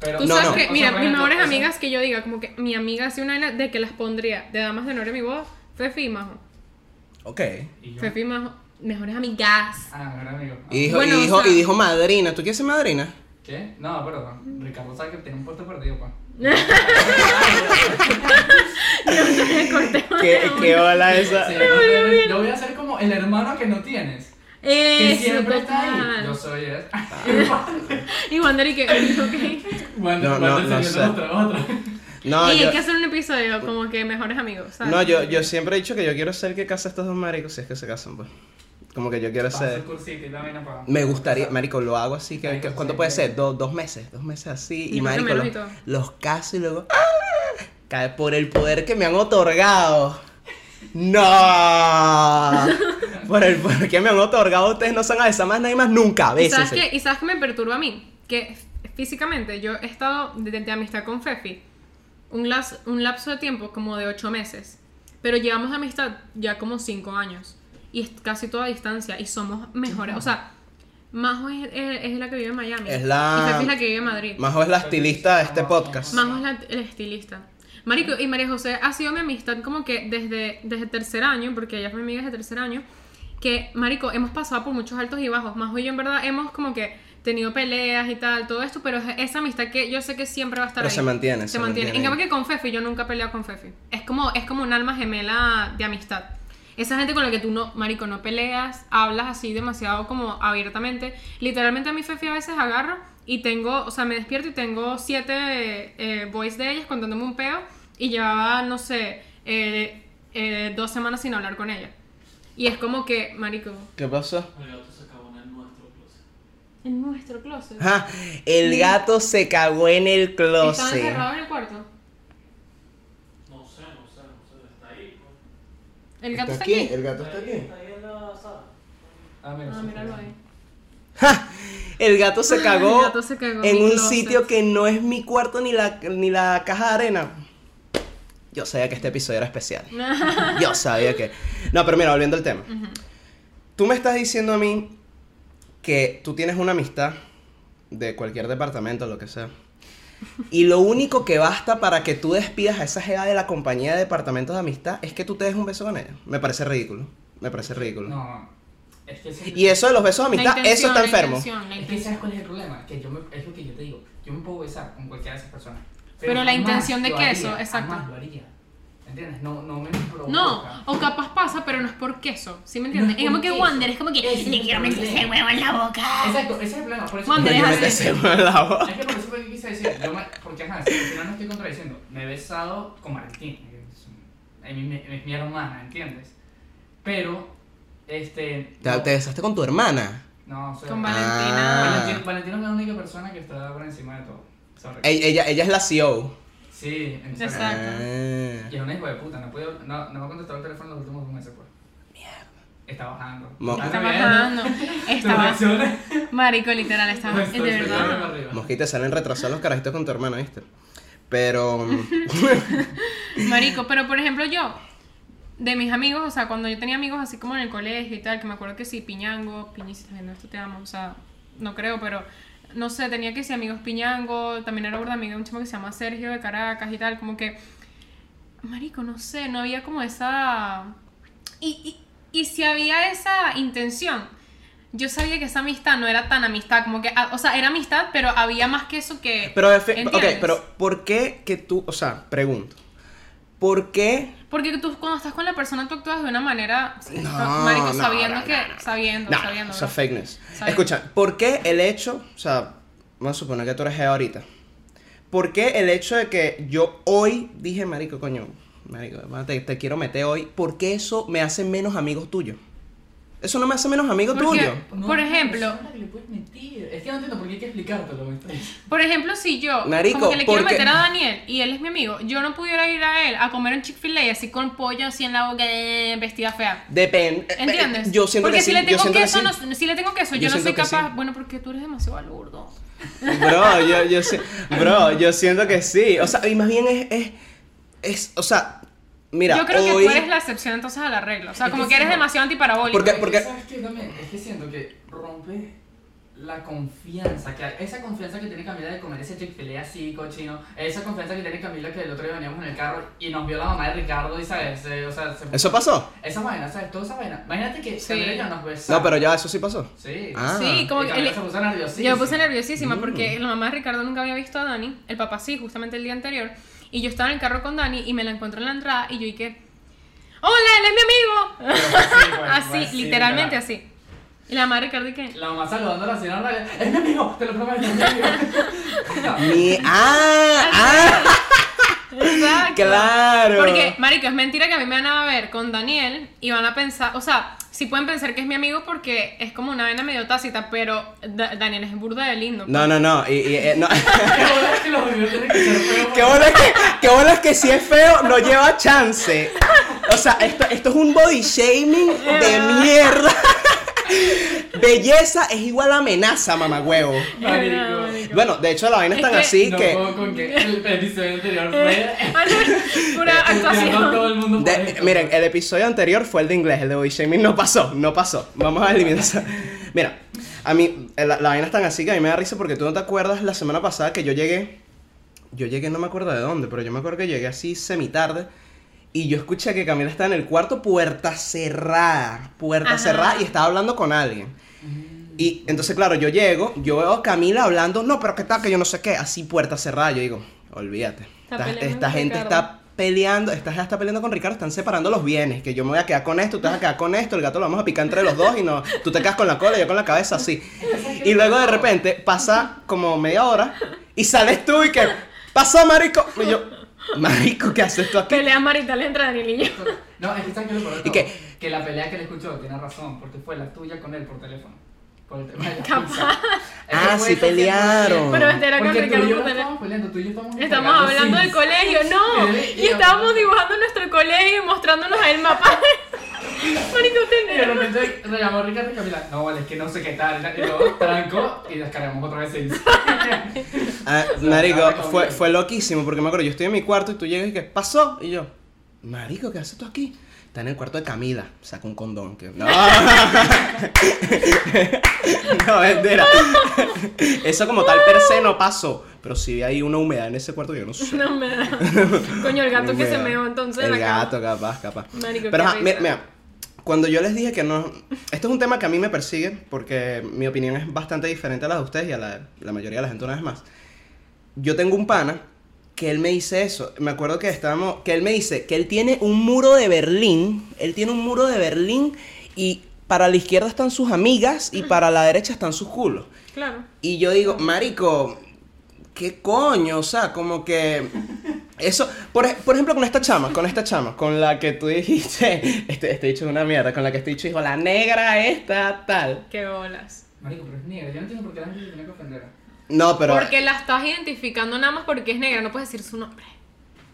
Speaker 3: Pero,
Speaker 1: Tú
Speaker 2: No,
Speaker 1: sabes
Speaker 2: no.
Speaker 1: que,
Speaker 3: O sea,
Speaker 1: mira,
Speaker 3: por
Speaker 1: mis
Speaker 3: ejemplo,
Speaker 1: mejores
Speaker 3: esa-
Speaker 1: amigas que yo diga, como que mi amiga hace una vaina de que las pondría de damas de honor en mi boda, Fefi y Majo.
Speaker 2: Ok.
Speaker 3: Y yo.
Speaker 1: Fefi y Majo, mejores amigas.
Speaker 3: Ah, gran amigo. Ah,
Speaker 2: Y dijo,
Speaker 1: Bueno,
Speaker 2: y,
Speaker 1: o
Speaker 2: dijo,
Speaker 1: sea-
Speaker 2: y dijo madrina. ¿Tú quieres ser madrina?
Speaker 3: ¿Qué? No, pero Ricardo sabe que tiene un puesto perdido, pues. pa.
Speaker 2: ¿Qué, qué ola esa?
Speaker 3: Sí, yo, voy yo voy a ser como el hermano que no tienes. Que
Speaker 1: Eso,
Speaker 3: siempre está ahí.
Speaker 1: total.
Speaker 3: Yo soy él.
Speaker 2: Ah.
Speaker 1: Y Wander y que, ok.
Speaker 2: No,
Speaker 3: Bueno,
Speaker 2: no, no
Speaker 3: bueno, no,
Speaker 2: sé.
Speaker 3: otro, otro.
Speaker 2: No,
Speaker 1: y hay
Speaker 2: yo,
Speaker 1: que hacer un episodio como que mejores amigos, ¿sabes?
Speaker 2: no yo, yo siempre he dicho que yo quiero ser el que casa a estos dos maricos si es que se casan, pues. Como que yo quiero
Speaker 3: Pasa
Speaker 2: ser.
Speaker 3: el cursito y la vaina pa.
Speaker 2: Me gustaría, marico, lo hago así, que,
Speaker 3: Marico,
Speaker 2: que- ¿cuánto
Speaker 3: sí,
Speaker 2: puede
Speaker 3: sí.
Speaker 2: ser? Do- dos meses, dos meses así, y
Speaker 1: Yo creo que
Speaker 2: marico, los,
Speaker 1: menos y todo.
Speaker 2: los caso y luego, ¡ah! cae por el poder que me han otorgado. ¡No! Por el poder que me han otorgado, ustedes no son a esa más nadie más nunca,
Speaker 1: ¿Y sabes,
Speaker 2: veces.
Speaker 1: qué, ¿Y sabes qué me perturba a mí? Que f- físicamente yo he estado de, de amistad con Fefi un, las, un lapso de tiempo como de 8 meses. Pero llevamos de amistad ya como 5 años. Y es casi toda a distancia. Y somos mejores. O sea, Majo es, es- es la que vive en Miami.
Speaker 2: Es la-
Speaker 1: Y Fefi es la que vive en Madrid.
Speaker 2: Majo es la estilista de este podcast.
Speaker 1: Majo es la, el estilista. Marico, y María José ha sido mi amistad como que desde, desde tercer año, porque ella fue mi amiga desde tercer año, que, Marico, hemos pasado por muchos altos y bajos. Majo y yo en verdad hemos como que tenido peleas y tal, todo esto, pero es esa amistad que yo sé que siempre va a estar
Speaker 2: Pero
Speaker 1: ahí.
Speaker 2: se mantiene,
Speaker 1: Se,
Speaker 2: se
Speaker 1: mantiene.
Speaker 2: mantiene
Speaker 1: En
Speaker 2: ahí.
Speaker 1: cambio que con Fefi, yo nunca he peleado con Fefi. Es como, es como un alma gemela de amistad. Esa gente con la que tú no, marico, no peleas, hablas así demasiado como abiertamente. Literalmente a mi Fefi a veces agarro y tengo, o sea, me despierto y tengo siete eh, boys de ellas contándome un peo y llevaba, no sé, eh, eh, dos semanas sin hablar con ella. Y es como que, marico,
Speaker 2: ¿Qué pasó?
Speaker 5: El gato se acabó en el nuestro closet.
Speaker 1: en nuestro closet.
Speaker 2: Ah, el gato se cagó en el
Speaker 1: Estaba
Speaker 2: closet.
Speaker 1: encerrado en el cuarto.
Speaker 5: No sé, no sé, no sé. Está ahí. pues.
Speaker 1: El gato está aquí.
Speaker 2: El gato está
Speaker 5: ahí,
Speaker 2: aquí.
Speaker 5: Está ahí en la sala.
Speaker 3: Ah, mira,
Speaker 1: Ah,
Speaker 3: sí,
Speaker 1: míralo
Speaker 3: sí.
Speaker 1: ahí.
Speaker 2: El gato se cagó,
Speaker 1: El gato se cagó en
Speaker 2: en
Speaker 1: mi
Speaker 2: un
Speaker 1: closet.
Speaker 2: sitio que no es mi cuarto ni la, ni la caja de arena. Yo sabía que este episodio era especial. Yo sabía que. No, pero mira, volviendo al tema. Tú me estás diciendo a mí que tú tienes una amistad de cualquier departamento, lo que sea. Y lo único que basta para que tú despidas a esa jeva de la compañía de departamentos de amistad es que tú te des un beso con ella. Me parece ridículo. Me parece ridículo.
Speaker 3: No, es que siempre-
Speaker 2: Y eso de los besos de
Speaker 1: La
Speaker 2: amistad, eso
Speaker 1: intención,
Speaker 2: está
Speaker 1: la
Speaker 2: enfermo.
Speaker 1: intención, la
Speaker 3: Es que
Speaker 1: intención.
Speaker 3: sabes cuál es el problema, que yo me, es lo que yo te digo, yo me puedo besar con cualquiera de esas personas.
Speaker 1: Pero la
Speaker 3: jamás
Speaker 1: intención de
Speaker 3: lo
Speaker 1: que
Speaker 3: haría,
Speaker 1: eso, exacto.
Speaker 3: Jamás lo haría. ¿Entiendes? No, no me provoca.
Speaker 1: No, o capaz pasa, pero no es por queso. ¿Sí me entiendes?
Speaker 3: No es
Speaker 1: es como
Speaker 3: por
Speaker 1: que
Speaker 3: queso.
Speaker 1: Wander, es como que
Speaker 3: Ese es
Speaker 1: le
Speaker 3: el
Speaker 1: quiero meter ese
Speaker 3: problema.
Speaker 1: huevo en la boca.
Speaker 3: Exacto, ese es el problema. Por eso
Speaker 1: Wander,
Speaker 2: Yo
Speaker 1: Déjame
Speaker 2: me
Speaker 1: de-
Speaker 2: te cebo en la boca.
Speaker 3: Es que por eso fue que quise decir, yo me- porque ajá, si al final no estoy contradiciendo, me he besado con Valentín, es, un- es mi, es mi hermana, ¿entiendes? Pero, este...
Speaker 2: ¿Te,
Speaker 3: no,
Speaker 2: te besaste con tu hermana?
Speaker 3: No, o sea,
Speaker 1: Con
Speaker 3: Valentín.
Speaker 1: Valentina.
Speaker 2: Ah.
Speaker 3: Valentín es la única persona que está por encima de todo. Sorry.
Speaker 2: Ella, ella, ella es la CEO.
Speaker 3: Sí, en serio.
Speaker 1: Exacto.
Speaker 2: Ah.
Speaker 3: Y es una hijo de puta, no, puedo, no, no me ha contestado el teléfono los últimos dos meses, pues. Mierda. Está bajando.
Speaker 2: Mo-
Speaker 1: Está
Speaker 3: bien.
Speaker 1: bajando.
Speaker 3: Tus
Speaker 1: Está bajando.
Speaker 3: reacciones.
Speaker 1: Marico, literal, está
Speaker 3: Tus
Speaker 1: De
Speaker 3: reacciones van
Speaker 1: verdad.
Speaker 3: arriba.
Speaker 2: Mosquita, salen retrasados los carajitos con tu hermana, ¿viste? Pero. mm,
Speaker 1: Marico, pero por ejemplo yo, de mis amigos, o sea, cuando yo tenía amigos así como en el colegio y tal, que me acuerdo que sí, piñango, piñi, si estás viendo esto te amo, o sea, no creo, pero no sé, tenía que sí, amigos piñango, también era burda amiga de un chico que se llama Sergio de Caracas y tal, como que, marico, no sé, no había como esa... Y, y, y si había esa intención, yo sabía que esa amistad no era tan amistad, como que, ah, o sea, era amistad, pero había más que eso que...
Speaker 2: Pero, en fin, ok,
Speaker 1: ¿Entiendes?
Speaker 2: pero ¿por qué que tú. O sea, pregunto. ¿Por qué?
Speaker 1: Porque tú cuando estás con la persona tú actúas de una manera,
Speaker 2: No,
Speaker 1: marico,
Speaker 2: no,
Speaker 1: sabiendo
Speaker 2: no,
Speaker 1: que,
Speaker 2: no, no.
Speaker 1: sabiendo,
Speaker 2: No,
Speaker 1: sabiendo.
Speaker 2: eso
Speaker 1: bro.
Speaker 2: es fake news.
Speaker 1: Sabiendo.
Speaker 2: Escucha, ¿por qué el hecho. O sea, vamos a suponer que tú eres jeva ahorita. ¿Por qué el hecho de que yo hoy dije, marico, coño, marico, te, te quiero meter hoy? ¿Por qué eso me hace menos amigos tuyos? Eso no me hace menos amigo
Speaker 1: Porque-
Speaker 2: tuyo.
Speaker 1: No, Por ejemplo-
Speaker 3: persona que le puedes mentir. Es que no entiendo por qué hay que explicártelo. ¿me entiendes?
Speaker 1: Por ejemplo, si yo
Speaker 2: Marico,
Speaker 1: como que le quiero
Speaker 2: porque-
Speaker 1: meter a Daniel y él es mi amigo, yo no pudiera ir a él a comer un Chick-fil-A así con pollo así en la boca, eh, vestida fea.
Speaker 2: Depende. eh,
Speaker 1: ¿Entiendes?
Speaker 2: Yo siento
Speaker 1: porque
Speaker 2: que
Speaker 1: si
Speaker 2: sí,
Speaker 1: le
Speaker 2: yo
Speaker 1: tengo
Speaker 2: siento que
Speaker 1: queso,
Speaker 2: sí.
Speaker 1: no, si le tengo queso,
Speaker 2: Yo
Speaker 1: yo, no
Speaker 2: siento
Speaker 1: soy
Speaker 2: que sí.
Speaker 1: capaz. Bueno, porque tú eres demasiado alurdo.
Speaker 2: Bro, yo, yo, si- bro, yo siento que sí. O sea, y más bien es, es, es- o sea, mira,
Speaker 1: yo creo
Speaker 2: hoy,
Speaker 1: que tú eres la excepción entonces a la regla. O sea,
Speaker 3: Es que
Speaker 1: como que
Speaker 3: sí,
Speaker 1: eres
Speaker 3: no.
Speaker 1: demasiado antiparabólico.
Speaker 2: Porque-
Speaker 3: Es que, ¿Sabes qué también? Es que siento que rompe la confianza. que hay- Esa confianza que tiene Camila de comer ese Chick-fil-A así, cochino. Esa confianza que tiene Camila que el otro día veníamos en el carro y nos vio la mamá de Ricardo y, ¿sabes? Eh, o sea, se...
Speaker 2: ¿Eso pasó?
Speaker 3: Esa vaina, ¿sabes? Toda esa vaina. Imagínate que
Speaker 1: Sí.
Speaker 3: Camila ya nos besó.
Speaker 2: No, pero ya, eso sí pasó.
Speaker 3: Sí.
Speaker 2: Ah.
Speaker 1: Sí, como
Speaker 3: Y
Speaker 1: que...
Speaker 3: Camila
Speaker 1: él-
Speaker 3: se puso nerviosísima.
Speaker 1: Yo me puse nerviosísima
Speaker 2: Mm.
Speaker 1: porque la mamá de Ricardo nunca había visto a Dani, el papá sí, justamente el día anterior, y yo estaba en el carro con Dani y me la encuentro en la entrada y yo dije, ¡Hola, él es mi amigo!
Speaker 3: Pero fue así, güey,
Speaker 1: así,
Speaker 3: fue así,
Speaker 1: Ah, literalmente
Speaker 3: literal.
Speaker 1: así. Y la mamá de Ricardo dije,
Speaker 3: La mamá saludando a la señora, es mi amigo, te lo prometo, es mi amigo. No,
Speaker 2: Mi, ah, ah,
Speaker 1: ¡Exacto!
Speaker 2: claro.
Speaker 1: Porque, marico, es mentira que a mí me van a ver con Daniel y van a pensar, o sea, sí pueden pensar que es mi amigo porque es como una vena medio tácita, pero Da- Daniel es burda de lindo.
Speaker 2: No, no, no, y, y, eh, no.
Speaker 3: qué bolas que los amigos tienen que ser feos.
Speaker 2: qué bueno es que, qué bueno es que si es feo, no lleva chance. O sea, esto, esto es un body shaming de mierda. Belleza es igual a amenaza, mamagüevo.
Speaker 3: Marico.
Speaker 1: Marico.
Speaker 2: Bueno, de hecho la vaina es
Speaker 1: Es
Speaker 2: tan
Speaker 1: que-
Speaker 2: así
Speaker 3: No
Speaker 2: que...
Speaker 3: puedo con que el episodio anterior fue...
Speaker 1: Ah, no,
Speaker 2: Eh,
Speaker 1: Pura
Speaker 3: Llamó a todo
Speaker 1: actuación.
Speaker 3: el mundo
Speaker 2: De-
Speaker 3: por esto.
Speaker 2: miren, el episodio anterior fue el de inglés, el de Body Shaming no pasó, no pasó. Vamos a eliminar esa- Mira, a mí, eh, la, la vaina es tan así que a mí me da risa porque tú no te acuerdas la semana pasada que yo llegué. Yo llegué, no me acuerdo de dónde, pero yo me acuerdo que llegué así semitarde. Y yo escuché que Camila estaba en el cuarto, puerta cerrada. Puerta
Speaker 1: Ajá. Mm.
Speaker 2: cerrada y estaba hablando con alguien. Y entonces, claro, yo llego, yo veo a Camila hablando, no, pero qué tal, que yo no sé qué, así puerta cerrada. Yo digo, olvídate.
Speaker 1: Está peleando con
Speaker 2: esta esta gente
Speaker 1: Ricardo.
Speaker 2: está peleando, estás ya está peleando con Ricardo, están separando los bienes, que yo me voy a quedar con esto, tú te vas a quedar con esto, el gato lo vamos a picar entre los dos y no, tú te quedas con la cola, yo con la cabeza así. Y luego de repente pasa como media hora y sales tú y que pasó marico. Y yo, marico, ¿qué haces tú aquí?
Speaker 1: Pelea marital entre Daniel y yo.
Speaker 3: No, es que está que lo peor de
Speaker 2: ¿Y
Speaker 3: todo,
Speaker 2: qué?
Speaker 3: Que la pelea que le escuchó tiene razón, porque fue la tuya con él por teléfono. Por el tema de la
Speaker 1: Capaz.
Speaker 3: pizza. Ese
Speaker 2: Ah,
Speaker 3: fue
Speaker 2: sí
Speaker 3: el tema
Speaker 2: pelearon.
Speaker 3: que-
Speaker 1: Pero este era con
Speaker 3: Porque tú y
Speaker 1: Ricardo
Speaker 3: yo
Speaker 1: por
Speaker 3: no
Speaker 1: teléfono.
Speaker 3: estábamos peleando, tú y yo estábamos
Speaker 1: Estamos
Speaker 3: cargando
Speaker 1: hablando del
Speaker 3: Sims.
Speaker 1: colegio, no.
Speaker 3: Sí,
Speaker 1: Y estábamos dibujando nuestro colegio y mostrándonos el mapa. Marico,
Speaker 3: Y de
Speaker 1: tenés.
Speaker 3: repente le llamó Ricardo y Camila, no vale, es que no sé qué tal, y luego trancó y descargamos otra vez Sims.
Speaker 2: Ah,
Speaker 3: sea,
Speaker 2: marico,
Speaker 3: estaba como
Speaker 2: fue,
Speaker 3: bien.
Speaker 2: fue loquísimo porque me acuerdo, yo estoy en mi cuarto y tú llegas y que pasó. Y yo, Marico, ¿qué haces tú aquí? Está en el cuarto de Camila. Saca un condón. Que... No. no, mentira. Eso como tal per se no pasó. Pero si hay una humedad en ese cuarto, yo no sé.
Speaker 1: No me da. Coño, el gato que se
Speaker 2: Humedad.
Speaker 1: meó entonces en
Speaker 2: El
Speaker 1: la cama.
Speaker 2: gato, capaz, capaz.
Speaker 1: Marico, qué
Speaker 2: Pero ajá, mi-
Speaker 1: risa.
Speaker 2: mira, cuando yo les dije que no. Esto es un tema que a mí me persigue porque mi opinión es bastante diferente a la de ustedes y a la de la mayoría de la gente, una vez más. Yo tengo un pana que él me dice eso. Me acuerdo que estábamos. Que él me dice que él tiene un muro de Berlín. Él tiene un muro de Berlín y para la izquierda están sus amigas y para la derecha están sus culos.
Speaker 1: Claro.
Speaker 2: Y yo digo, marico, ¿qué coño? O sea, como que... Eso, por, ej- por ejemplo, con esta chama, con esta chama, con la que tú dijiste, este, este dicho es una mierda, con la que este dicho dijo, la negra esta, tal.
Speaker 1: Qué bolas.
Speaker 3: Marico, pero es negra, yo no entiendo por qué la gente se tiene que ofender.
Speaker 2: No, pero...
Speaker 1: Porque la estás identificando nada más porque es negra, no puedes decir su nombre.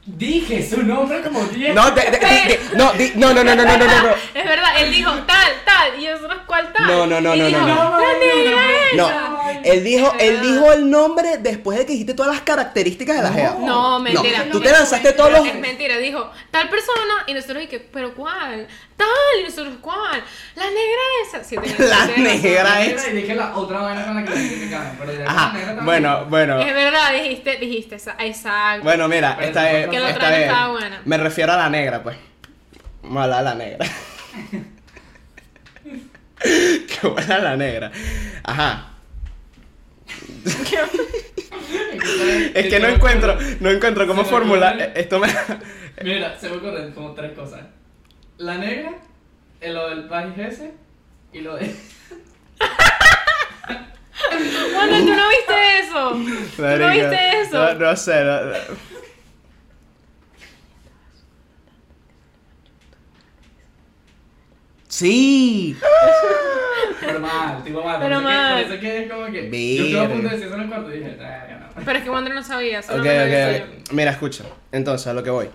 Speaker 3: Dije su nombre como 10
Speaker 2: No, de- de- de- de- no, di- no, no, no, no, no, no, no, no.
Speaker 1: Es verdad, él dijo tal, tal, y nosotros cuál tal.
Speaker 2: No, no, no,
Speaker 1: Y
Speaker 2: no,
Speaker 1: dijo,
Speaker 2: no, no.
Speaker 1: "La negra
Speaker 2: No,
Speaker 1: esa".
Speaker 2: él dijo, él
Speaker 1: Ah.
Speaker 2: dijo el nombre después de que dijiste todas las características de la jeva.
Speaker 1: No, mentira.
Speaker 2: tú te lanzaste todos los...
Speaker 1: Es mentira, dijo tal persona y nosotros dije, pero cuál, tal y nosotros cuál, la negra esa. Sí, tenía-
Speaker 2: La
Speaker 1: tenía razón.
Speaker 2: negra
Speaker 3: Y
Speaker 2: es...
Speaker 3: dije la otra vaina con la que la criticaban, pero de la negra
Speaker 2: Ajá,
Speaker 3: también.
Speaker 2: bueno, bueno.
Speaker 1: Es verdad, dijiste, dijiste, esa, exacto.
Speaker 2: Bueno, mira,
Speaker 3: Pero
Speaker 2: esta
Speaker 3: tampoco-
Speaker 2: es.
Speaker 1: Que la
Speaker 2: esta
Speaker 1: otra no
Speaker 2: es-
Speaker 1: estaba buena.
Speaker 2: Me refiero a la negra, pues. Mala la negra. Qué buena la negra. Ajá. Es que no encuentro, no encuentro cómo
Speaker 3: Se me
Speaker 2: formular.
Speaker 3: ocurre.
Speaker 2: Esto me.
Speaker 3: Mira, se me ocurren como tres cosas. La negra, el lo del país ese y lo de...
Speaker 1: Bueno, tú no viste eso. Tú no
Speaker 2: Marico,
Speaker 1: viste eso.
Speaker 2: No, no sé. no- no. Sí.
Speaker 3: Pero mal, tipo mal.
Speaker 1: Pero
Speaker 3: por eso
Speaker 1: mal.
Speaker 3: Que, por eso que es como que... Yo estuve a punto
Speaker 2: Verga.
Speaker 3: de decir eso en el cuarto y dije, "Ah, ya no.
Speaker 1: Pero es que Wander no sabía.
Speaker 2: Ok,
Speaker 1: solo me lo
Speaker 2: ok,
Speaker 1: avisó yo.
Speaker 2: ok. Mira, escucha. Entonces, a lo que voy.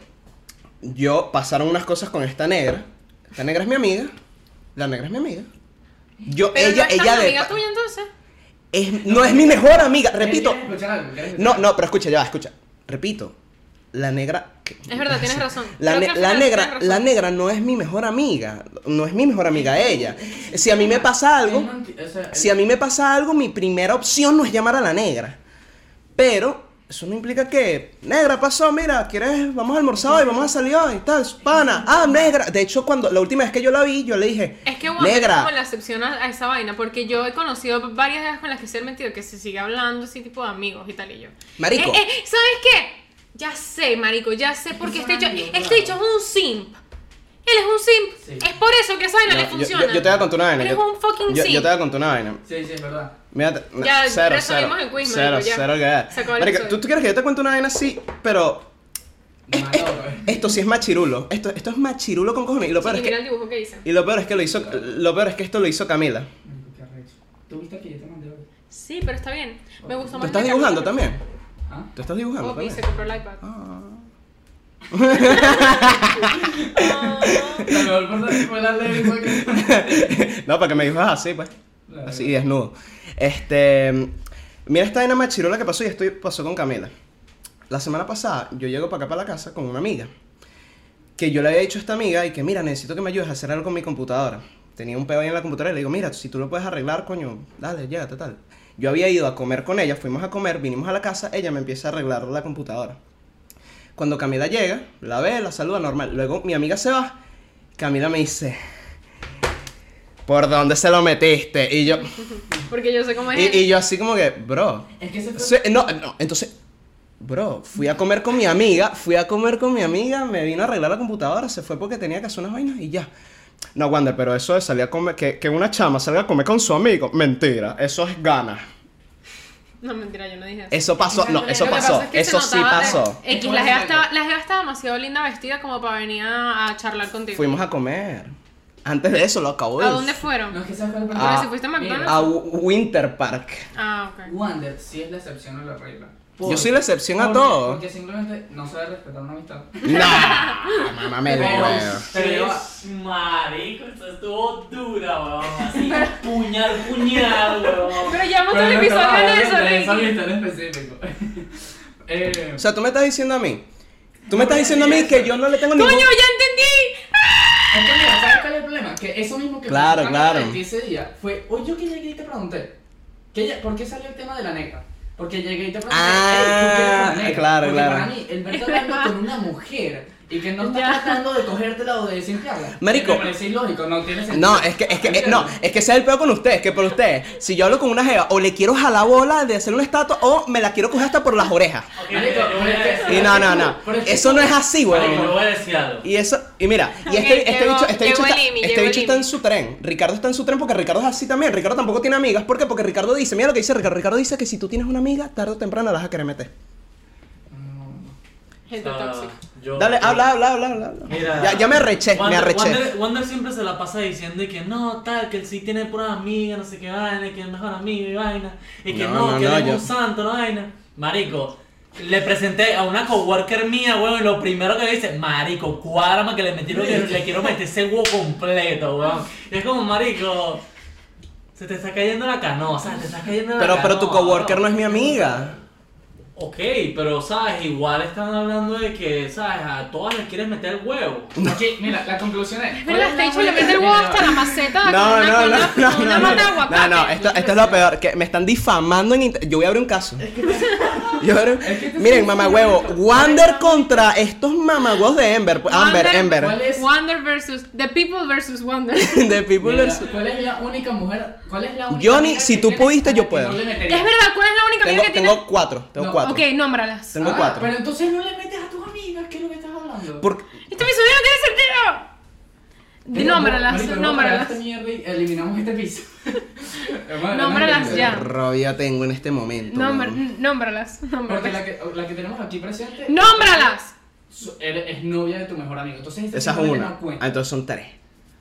Speaker 2: Yo pasaron unas cosas con esta negra. Esta negra es mi amiga. La negra es mi amiga. Yo,
Speaker 1: Pero
Speaker 2: ella,
Speaker 1: no es tan
Speaker 2: ella de-
Speaker 1: amiga tuya entonces?
Speaker 2: es- no es mi mejor amiga, repito.
Speaker 3: ¿Quieres escuchar algo? ¿Quieres escuchar
Speaker 2: No,
Speaker 3: algo?
Speaker 2: no, pero escucha, ya, va, escucha. Repito. La negra.
Speaker 1: Es verdad, tienes razón.
Speaker 2: La,
Speaker 1: Creo
Speaker 2: ne-
Speaker 1: que al
Speaker 2: la
Speaker 1: final
Speaker 2: negra,
Speaker 1: tienes
Speaker 2: la
Speaker 1: razón.
Speaker 2: negra no es mi mejor amiga. No es mi mejor amiga ella. Si a mí me pasa algo.
Speaker 3: Es manti- o sea,
Speaker 2: Si a mí me pasa algo, mi primera opción no es llamar a la negra. Pero eso no implica que, negra, pasó, mira, quieres, vamos a almorzar hoy, vamos a salir hoy, tal, pana. Ah, negra. De hecho, cuando la última vez que yo la vi, yo le dije,
Speaker 1: Es que Wander es
Speaker 2: negra.
Speaker 1: como la excepción a, a esa vaina, porque yo he conocido varias veces con las que se han metido que se sigue hablando así tipo de amigos y tal y yo.
Speaker 2: Marico.
Speaker 1: Eh, eh, ¿Sabes qué? Ya sé, marico, ya sé, porque
Speaker 3: son
Speaker 1: este hecho,
Speaker 3: amigos,
Speaker 1: este
Speaker 3: claro.
Speaker 1: hecho es un simp. Él es un simp.
Speaker 3: Sí.
Speaker 1: Es por eso que esa vaina
Speaker 2: No,
Speaker 1: le
Speaker 2: yo-
Speaker 1: funciona.
Speaker 2: Yo, yo te voy a contar una vaina.
Speaker 1: Eres
Speaker 2: yo,
Speaker 1: un fucking
Speaker 2: yo-
Speaker 1: simp.
Speaker 2: yo te voy a contar una vaina.
Speaker 3: Sí, sí, es verdad.
Speaker 2: Mira, te- no,
Speaker 1: Ya
Speaker 2: cero, cero.
Speaker 1: resolvimos el quiz,
Speaker 2: cero,
Speaker 1: marico, ya.
Speaker 2: cero, que-
Speaker 1: Se acabó el
Speaker 2: Marico, ¿tú,
Speaker 1: episodio.
Speaker 2: tú quieres que yo te cuente una vaina así, pero
Speaker 3: Malo, eh. güey.
Speaker 2: esto sí es machirulo. Esto, esto es machirulo con cojones. Y lo peor
Speaker 1: Sí,
Speaker 2: es
Speaker 1: mira
Speaker 2: que,
Speaker 1: el dibujo que hice.
Speaker 2: y lo peor es que lo hizo, lo peor es que esto lo hizo Camila.
Speaker 3: Marico, qué arrecho. ¿Tú viste que yo te mandé hoy?
Speaker 1: Sí, pero está bien. Me gustó
Speaker 2: ¿Tú
Speaker 1: más.
Speaker 2: estás
Speaker 1: la
Speaker 2: dibujando
Speaker 1: carta.
Speaker 2: también?
Speaker 3: ¿Ah?
Speaker 2: ¿Tú estás dibujando
Speaker 1: Opi,
Speaker 2: también?
Speaker 1: se compró el iPad. Ah.
Speaker 3: La mejor parte fue la lengua que...
Speaker 2: No, para que me digas así, pues.
Speaker 3: La
Speaker 2: Así,
Speaker 3: verdad.
Speaker 2: desnudo. Este. Mira esta vaina machirola que pasó y esto pasó con Camila. La semana pasada yo llego para acá para la casa con una amiga. Que yo le había dicho a esta amiga y que, mira, necesito que me ayudes a hacer algo con mi computadora. Tenía un pedo ahí en la computadora y le digo, mira, si tú lo puedes arreglar, coño, dale, llégate, tal. Yo había ido a comer con ella, fuimos a comer, vinimos a la casa, ella me empieza a arreglar la computadora. Cuando Camila llega, la ve, la saluda normal. Luego mi amiga se va, Camila me dice, ¿por dónde se lo metiste? Y yo,
Speaker 1: Porque yo sé cómo es.
Speaker 2: y,
Speaker 1: él.
Speaker 2: y yo así como que, bro.
Speaker 3: Es que ese fue...
Speaker 2: se- no, no, entonces, Bro, fui a comer con mi amiga, fui a comer con mi amiga, me vino a arreglar la computadora, se fue porque tenía que hacer unas vainas y ya. No, Wander, pero eso de salir a comer, que, que una chama salga a comer con su amigo, mentira, eso es ganas.
Speaker 1: No, mentira, yo no dije eso.
Speaker 2: Eso pasó, no, eso
Speaker 1: Lo que
Speaker 2: pasó,
Speaker 1: pasa es que se
Speaker 2: eso sí
Speaker 1: notaba de-
Speaker 2: pasó.
Speaker 1: X, la jeva, estaba, la jeva estaba demasiado linda vestida como para venir a a charlar contigo.
Speaker 2: Fuimos a comer. Antes de eso lo acabo de
Speaker 1: ¿A
Speaker 2: decir.
Speaker 1: dónde fueron?
Speaker 3: No es que sea fue el
Speaker 2: Ah.
Speaker 3: problema.
Speaker 2: si
Speaker 1: fuiste a McDonald's.
Speaker 2: A W- Winter Park.
Speaker 1: Ah, ok.
Speaker 3: Wander sí es la excepción a la regla.
Speaker 2: Yo soy la excepción a
Speaker 3: Porque-
Speaker 2: todo.
Speaker 3: Porque simplemente no sabe respetar una amistad.
Speaker 2: No, mamá me
Speaker 5: Pero,
Speaker 2: veo.
Speaker 5: pero, marico, esto estuvo dura, weón. Así, puñal, puñal, weón.
Speaker 1: Pero llevamos todo el
Speaker 3: no
Speaker 1: episodio
Speaker 3: estaba
Speaker 1: en eso,
Speaker 3: hablando de esa
Speaker 1: Ricky.
Speaker 3: amistad en específico. eh,
Speaker 2: O sea, tú me estás diciendo a mí. Tú me estás diciendo a mí que yo no le tengo
Speaker 1: ¡Coño,
Speaker 2: ningún...
Speaker 1: ya entendí!
Speaker 3: Entonces, mira, ¿sabes cuál es el problema? Que eso mismo que
Speaker 2: Claro,
Speaker 3: pasó con
Speaker 2: claro.
Speaker 3: Andy ese día fue, hoy yo que llegué y te pregunté, que ella- ¿por qué salió el tema de la negra? Porque llegué y te pregunté,
Speaker 2: Ah,
Speaker 3: "Ey, ¿tú quieres una negra?"
Speaker 2: claro,
Speaker 3: Porque
Speaker 2: claro.
Speaker 3: para mí, el verte hablando con una mujer y que no estás
Speaker 1: Ya.
Speaker 3: tratando de cogértela o de desinflarla.
Speaker 2: Marico.
Speaker 3: Me parece ilógico, no tiene sentido.
Speaker 2: No, es que, es que, eh, no,
Speaker 3: ¿Entiendes?
Speaker 2: es que ese es el peor con ustedes, que por ustedes, si yo hablo con una jeva, o le quiero jalar bola de hacer una estatua, o me la quiero coger hasta por las orejas.
Speaker 5: Ok,
Speaker 3: Marico,
Speaker 5: yo voy a
Speaker 3: pero es que-
Speaker 5: decir-
Speaker 2: Y no, no, no, eso no es así,
Speaker 5: Marico, yo
Speaker 2: weón.
Speaker 5: voy a decir algo.
Speaker 2: Y eso, y mira, y
Speaker 1: Ok,
Speaker 2: este, este
Speaker 1: llegó-
Speaker 2: bicho, este bicho
Speaker 1: llegó
Speaker 2: está,
Speaker 1: el Imi,
Speaker 2: este
Speaker 1: llegó el
Speaker 2: bicho está en
Speaker 1: Imi.
Speaker 2: su tren, Ricardo está en su tren porque Ricardo es así también, Ricardo tampoco tiene amigas, ¿por qué? Porque Ricardo dice, mira lo que dice Ricardo, Ricardo dice que si tú tienes una amiga, tarde o temprano la vas a querer meter.
Speaker 1: Gente
Speaker 5: Ah,
Speaker 1: tóxica.
Speaker 5: yo-
Speaker 2: Dale, habla, habla, habla, habla. habla.
Speaker 5: Mira,
Speaker 2: ya, ya me arreché, me
Speaker 5: Wander-
Speaker 2: arreché.
Speaker 5: Wander, Wander siempre se la pasa diciendo que no, tal, que él sí tiene pura amiga, no sé qué vaina, que es mejor amigo y vaina, y que
Speaker 2: No,
Speaker 5: no,
Speaker 2: no,
Speaker 5: que
Speaker 2: no,
Speaker 5: él es
Speaker 2: yo-
Speaker 5: un santo, no vaina. Marico, le presenté a una coworker mía, weón, y lo primero que le dice, marico, cuárame que le metí lo que le quiero meter ese huevo completo, weón. Y es como, marico, se te está cayendo la canosa, se te está cayendo la
Speaker 2: Pero, pero tu
Speaker 5: canoa,
Speaker 2: coworker no
Speaker 5: weón.
Speaker 2: es mi amiga.
Speaker 5: Ok, pero sabes, igual están hablando de que, sabes, a todas les quieres meter el huevo.
Speaker 3: Aquí, mira, la conclusión es...
Speaker 1: Es verdad, este dicho le mete el huevo hasta la maceta con
Speaker 2: No,
Speaker 1: Ah, una, con
Speaker 2: no, no,
Speaker 1: una,
Speaker 2: no,
Speaker 1: con una
Speaker 2: no,
Speaker 1: mata de
Speaker 2: no, no,
Speaker 1: aguacate.
Speaker 2: no, esto, esto es lo peor, que me están difamando en internet. Yo voy a abrir un caso. Yo voy a abrir- Miren, mamagüevo, Wander contra estos mamagüevos de Ember. Amber,
Speaker 1: Wander-
Speaker 2: Ember.
Speaker 3: ¿Cuál es?
Speaker 1: Wonder versus... The people versus Wonder.
Speaker 2: De People
Speaker 3: Mira,
Speaker 2: versus-
Speaker 3: ¿Cuál es la única mujer? ¿Cuál es la única
Speaker 2: Johnny,
Speaker 3: mujer
Speaker 2: si
Speaker 3: que
Speaker 2: tú
Speaker 3: tienes
Speaker 2: pudiste,
Speaker 3: a la
Speaker 2: yo
Speaker 3: que
Speaker 2: puedo.
Speaker 3: no le
Speaker 1: Es
Speaker 3: meterías?
Speaker 1: verdad, ¿cuál es la única
Speaker 2: Tengo,
Speaker 1: amiga que
Speaker 2: tengo
Speaker 1: tiene...?
Speaker 2: cuatro, tengo
Speaker 3: No, Ah,
Speaker 2: cuatro.
Speaker 1: Ok, nómbralas.
Speaker 2: Tengo cuatro.
Speaker 3: Pero entonces no le metes a tus amigas, ¿qué es lo que estás hablando?
Speaker 2: Por-
Speaker 1: ¡Este episodio no tiene sentido! Di- Nómbralas,
Speaker 3: Marico, vamos a parar
Speaker 1: nómbralas.
Speaker 3: esta mierda y eliminamos este piso. Hermano,
Speaker 1: Nómbralas
Speaker 3: no,
Speaker 1: ya. mm.
Speaker 2: Rabia tengo en este momento.
Speaker 1: Nombra-
Speaker 2: weón.
Speaker 1: nómbralas,
Speaker 3: Porque la
Speaker 1: nómbralas.
Speaker 3: que, la que tenemos aquí presente
Speaker 1: ¡Nómbralas!
Speaker 3: su- eres- es novia de tu mejor amigo. Entonces esa
Speaker 2: Esa es
Speaker 3: simplemente
Speaker 2: una.
Speaker 3: No
Speaker 2: Ah,
Speaker 3: cuenta.
Speaker 2: entonces son tres.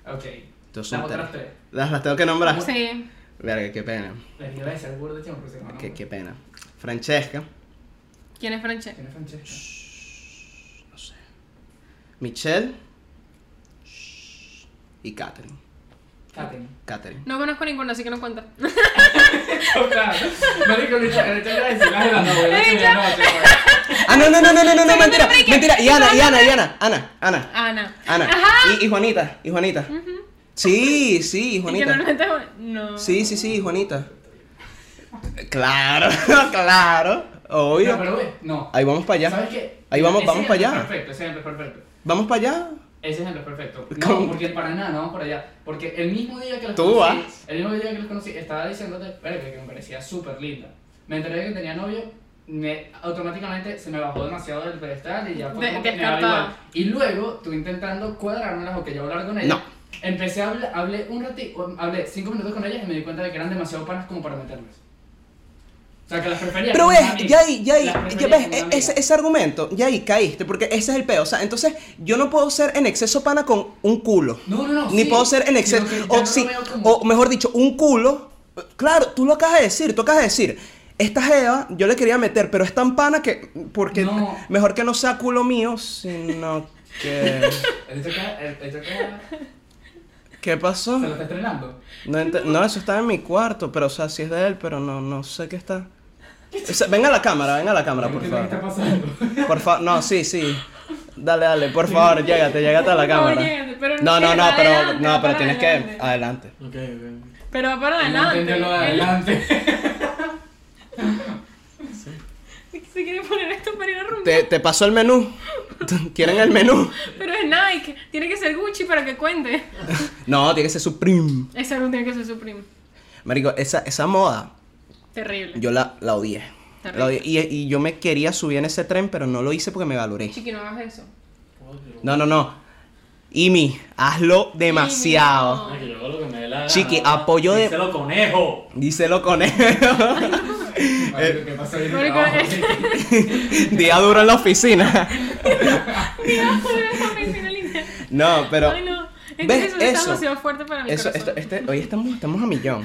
Speaker 3: Ok.
Speaker 2: Entonces son
Speaker 3: Las otras
Speaker 2: tres.
Speaker 3: tres.
Speaker 2: Las, las tengo que nombrar.
Speaker 1: Sí.
Speaker 2: Verga, qué pena.
Speaker 3: Les iba a decir burda de tiempo, pero se me van a
Speaker 2: Qué,
Speaker 3: nombrar.
Speaker 2: qué pena. Francesca,
Speaker 1: ¿Quién es Francesca?
Speaker 3: ¿Quién es Francesca?
Speaker 2: Michelle y Catherine.
Speaker 3: Katherine.
Speaker 2: Catherine.
Speaker 1: No conozco ninguna, así que no cuenta.
Speaker 3: O sea, Marico, ahorita ahorita iba a decir las de las novelas que
Speaker 1: Ella.
Speaker 3: me anoche, güey.
Speaker 2: Ah, no, no, no, no, no, no, no,
Speaker 1: Pero
Speaker 2: mentira,
Speaker 1: no me
Speaker 2: mentira. Y
Speaker 1: digas.
Speaker 2: Ana, y Ana, y Ana, Ana, Ana,
Speaker 1: Ana.
Speaker 2: Ana. Y, y Juanita, y Juanita. Sí, sí,
Speaker 1: Y que
Speaker 2: Juanita.
Speaker 1: normalmente es Juan- No.
Speaker 2: Sí, sí, sí, Juanita. Claro, claro,
Speaker 3: No,
Speaker 2: obvio.
Speaker 3: pero ve, no.
Speaker 2: Ahí vamos para allá.
Speaker 3: ¿Sabes qué?
Speaker 2: Ahí vamos-
Speaker 3: Ese
Speaker 2: vamos para
Speaker 3: ejemplo
Speaker 2: allá.
Speaker 3: es Perfecto, ese ejemplo es perfecto.
Speaker 2: Vamos para allá.
Speaker 3: Ese ejemplo es perfecto.
Speaker 2: ¿Cómo?
Speaker 3: No, porque para nada, no vamos por allá. Porque el mismo día que los
Speaker 2: Tú
Speaker 3: conocí,
Speaker 2: vas.
Speaker 3: el mismo día que los conocí, estaba diciéndote, verga, que me parecía súper linda. Me enteré que tenía novio, me, automáticamente se me bajó demasiado del pedestal y ya fue
Speaker 1: De-
Speaker 3: como que me daba
Speaker 1: descartada.
Speaker 3: igual. Y luego, tú intentando cuadrármelas o que yo hablar con ella.
Speaker 2: No.
Speaker 3: Empecé a hablar, hablé un ratito, hablé cinco minutos con ellas y me di cuenta de que eran demasiado panas como para meterlas. O sea, que las prefería.
Speaker 2: Pero
Speaker 3: como una
Speaker 2: ves,
Speaker 3: amiga.
Speaker 2: ya ahí, ya ahí,
Speaker 3: Las
Speaker 2: ya
Speaker 3: prefería
Speaker 2: ves,
Speaker 3: como una
Speaker 2: e-
Speaker 3: amiga.
Speaker 2: ese, ese argumento, ya ahí caíste, porque ese es el peo. O sea, entonces yo no puedo ser en exceso pana con un culo.
Speaker 3: No, no, no.
Speaker 2: Ni
Speaker 3: sí,
Speaker 2: puedo ser en
Speaker 3: sino
Speaker 2: exceso.
Speaker 3: que ya no
Speaker 2: O,
Speaker 3: lo
Speaker 2: sí,
Speaker 3: veo como-
Speaker 2: o mejor dicho, un culo. Claro, tú lo acabas de decir, tú acabas de decir. Esta jeva yo le quería meter, pero es tan pana que. Porque
Speaker 3: No.
Speaker 2: mejor que no sea culo mío, sino que.
Speaker 3: Él toca, él, él toca,
Speaker 2: ¿Qué pasó?
Speaker 3: se lo está estrenando.
Speaker 2: No, ent- no, eso está en mi cuarto, pero o sea, sí es de él, pero no, no sé qué está. O sea, venga a la cámara, venga a la cámara, por
Speaker 3: ¿Qué
Speaker 2: favor.
Speaker 3: está pasando?
Speaker 2: Por favor, no, sí, sí. Dale, dale, por favor, llégate, llégate a la
Speaker 1: Por favor,
Speaker 2: cámara.
Speaker 1: llégate, pero no
Speaker 2: No, no, no,
Speaker 1: quieres,
Speaker 2: pero
Speaker 1: adelante,
Speaker 2: no, pero
Speaker 1: para
Speaker 2: tienes que
Speaker 1: adelante.
Speaker 2: adelante.
Speaker 5: Ok, ok.
Speaker 1: Pero va para
Speaker 3: No
Speaker 1: adelante.
Speaker 3: entendió lo de
Speaker 1: Ah, Él-
Speaker 3: adelante.
Speaker 1: Se quiere poner esto para ir a rumbear.
Speaker 2: Te, te paso el menú. ¿Quieren el menú?
Speaker 1: Pero es Nike. Tiene que ser Gucci para que cuente.
Speaker 2: No, tiene que ser Supreme.
Speaker 1: Ese álbum tiene que ser Supreme.
Speaker 2: Marico, esa, esa moda,
Speaker 1: Terrible.
Speaker 2: yo la, la odié. Lo odio. Y, y yo me quería subir en ese tren, pero no lo hice porque me valoré.
Speaker 1: Chiqui, no hagas eso.
Speaker 2: No, no, no. Imi, hazlo demasiado.
Speaker 5: Ay, que yo hago lo que me dé la gana,
Speaker 2: Chiqui,
Speaker 5: ¿no?
Speaker 2: apoyo de-
Speaker 5: Díselo, conejo.
Speaker 2: Díselo con él.
Speaker 3: Marico, ¿qué pasó? Yo no
Speaker 1: Marico,
Speaker 3: trabajo.
Speaker 2: Día duro en la oficina. No, pero.
Speaker 1: Ay, no.
Speaker 2: ¿ves
Speaker 1: Entonces, eso está
Speaker 2: eso?
Speaker 1: demasiado fuerte para mi
Speaker 2: Eso,
Speaker 1: corazón.
Speaker 2: esto, este, hoy estamos, estamos a millón.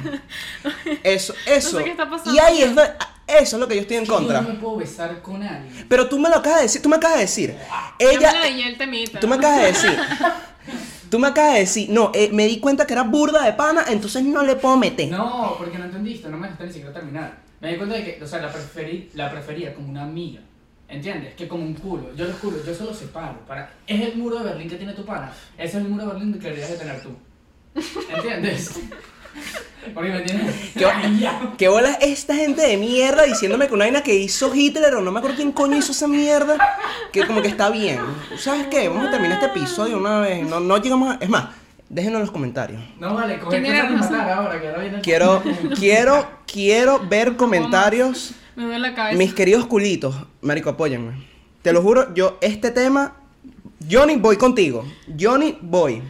Speaker 2: Eso, eso.
Speaker 1: qué está pasando.
Speaker 2: y ahí es, da- eso es lo que yo estoy en
Speaker 3: Yo no me
Speaker 2: contra.
Speaker 3: puedo besar con alguien.
Speaker 2: Pero tú me lo acabas de decir, tú me acabas de decir.
Speaker 1: Ella...
Speaker 2: Ella,
Speaker 1: Ya me dañé el temita.
Speaker 2: tú me acabas de decir. Tú me acabas de decir, no, eh, me di cuenta que era burda de pana, entonces no le puedo meter.
Speaker 3: No, porque no entendiste, no me dejaste ni siquiera terminar. Me di cuenta de que, o sea, la, preferí, la prefería como una amiga. ¿Entiendes? Que como un culo. Yo los culos, yo solo separo. Para... Es el muro de Berlín que tiene tu pana. Ese es el muro de Berlín que deberías de tener tú. ¿Entiendes? Porque me tienes.
Speaker 2: ¿Qué,
Speaker 3: Ay, ya.
Speaker 2: qué bola esta gente de mierda diciéndome que una vaina que hizo Hitler o no me acuerdo quién coño hizo esa mierda? Que como que está bien. ¿Sabes qué? Vamos a terminar este episodio una vez. No, no llegamos a. Es más, déjenos en los comentarios.
Speaker 3: No vale, coge
Speaker 1: ¿Quién
Speaker 3: cosas
Speaker 1: era
Speaker 3: para
Speaker 1: Rosa?
Speaker 3: matar ahora, que ahora viene el-
Speaker 2: Quiero, quiero, quiero ver comentarios.
Speaker 1: Me duele la cabeza.
Speaker 2: Mis queridos culitos, Marico, apóyenme. Te lo juro, yo, este tema. Johnny, voy contigo. Johnny, voy.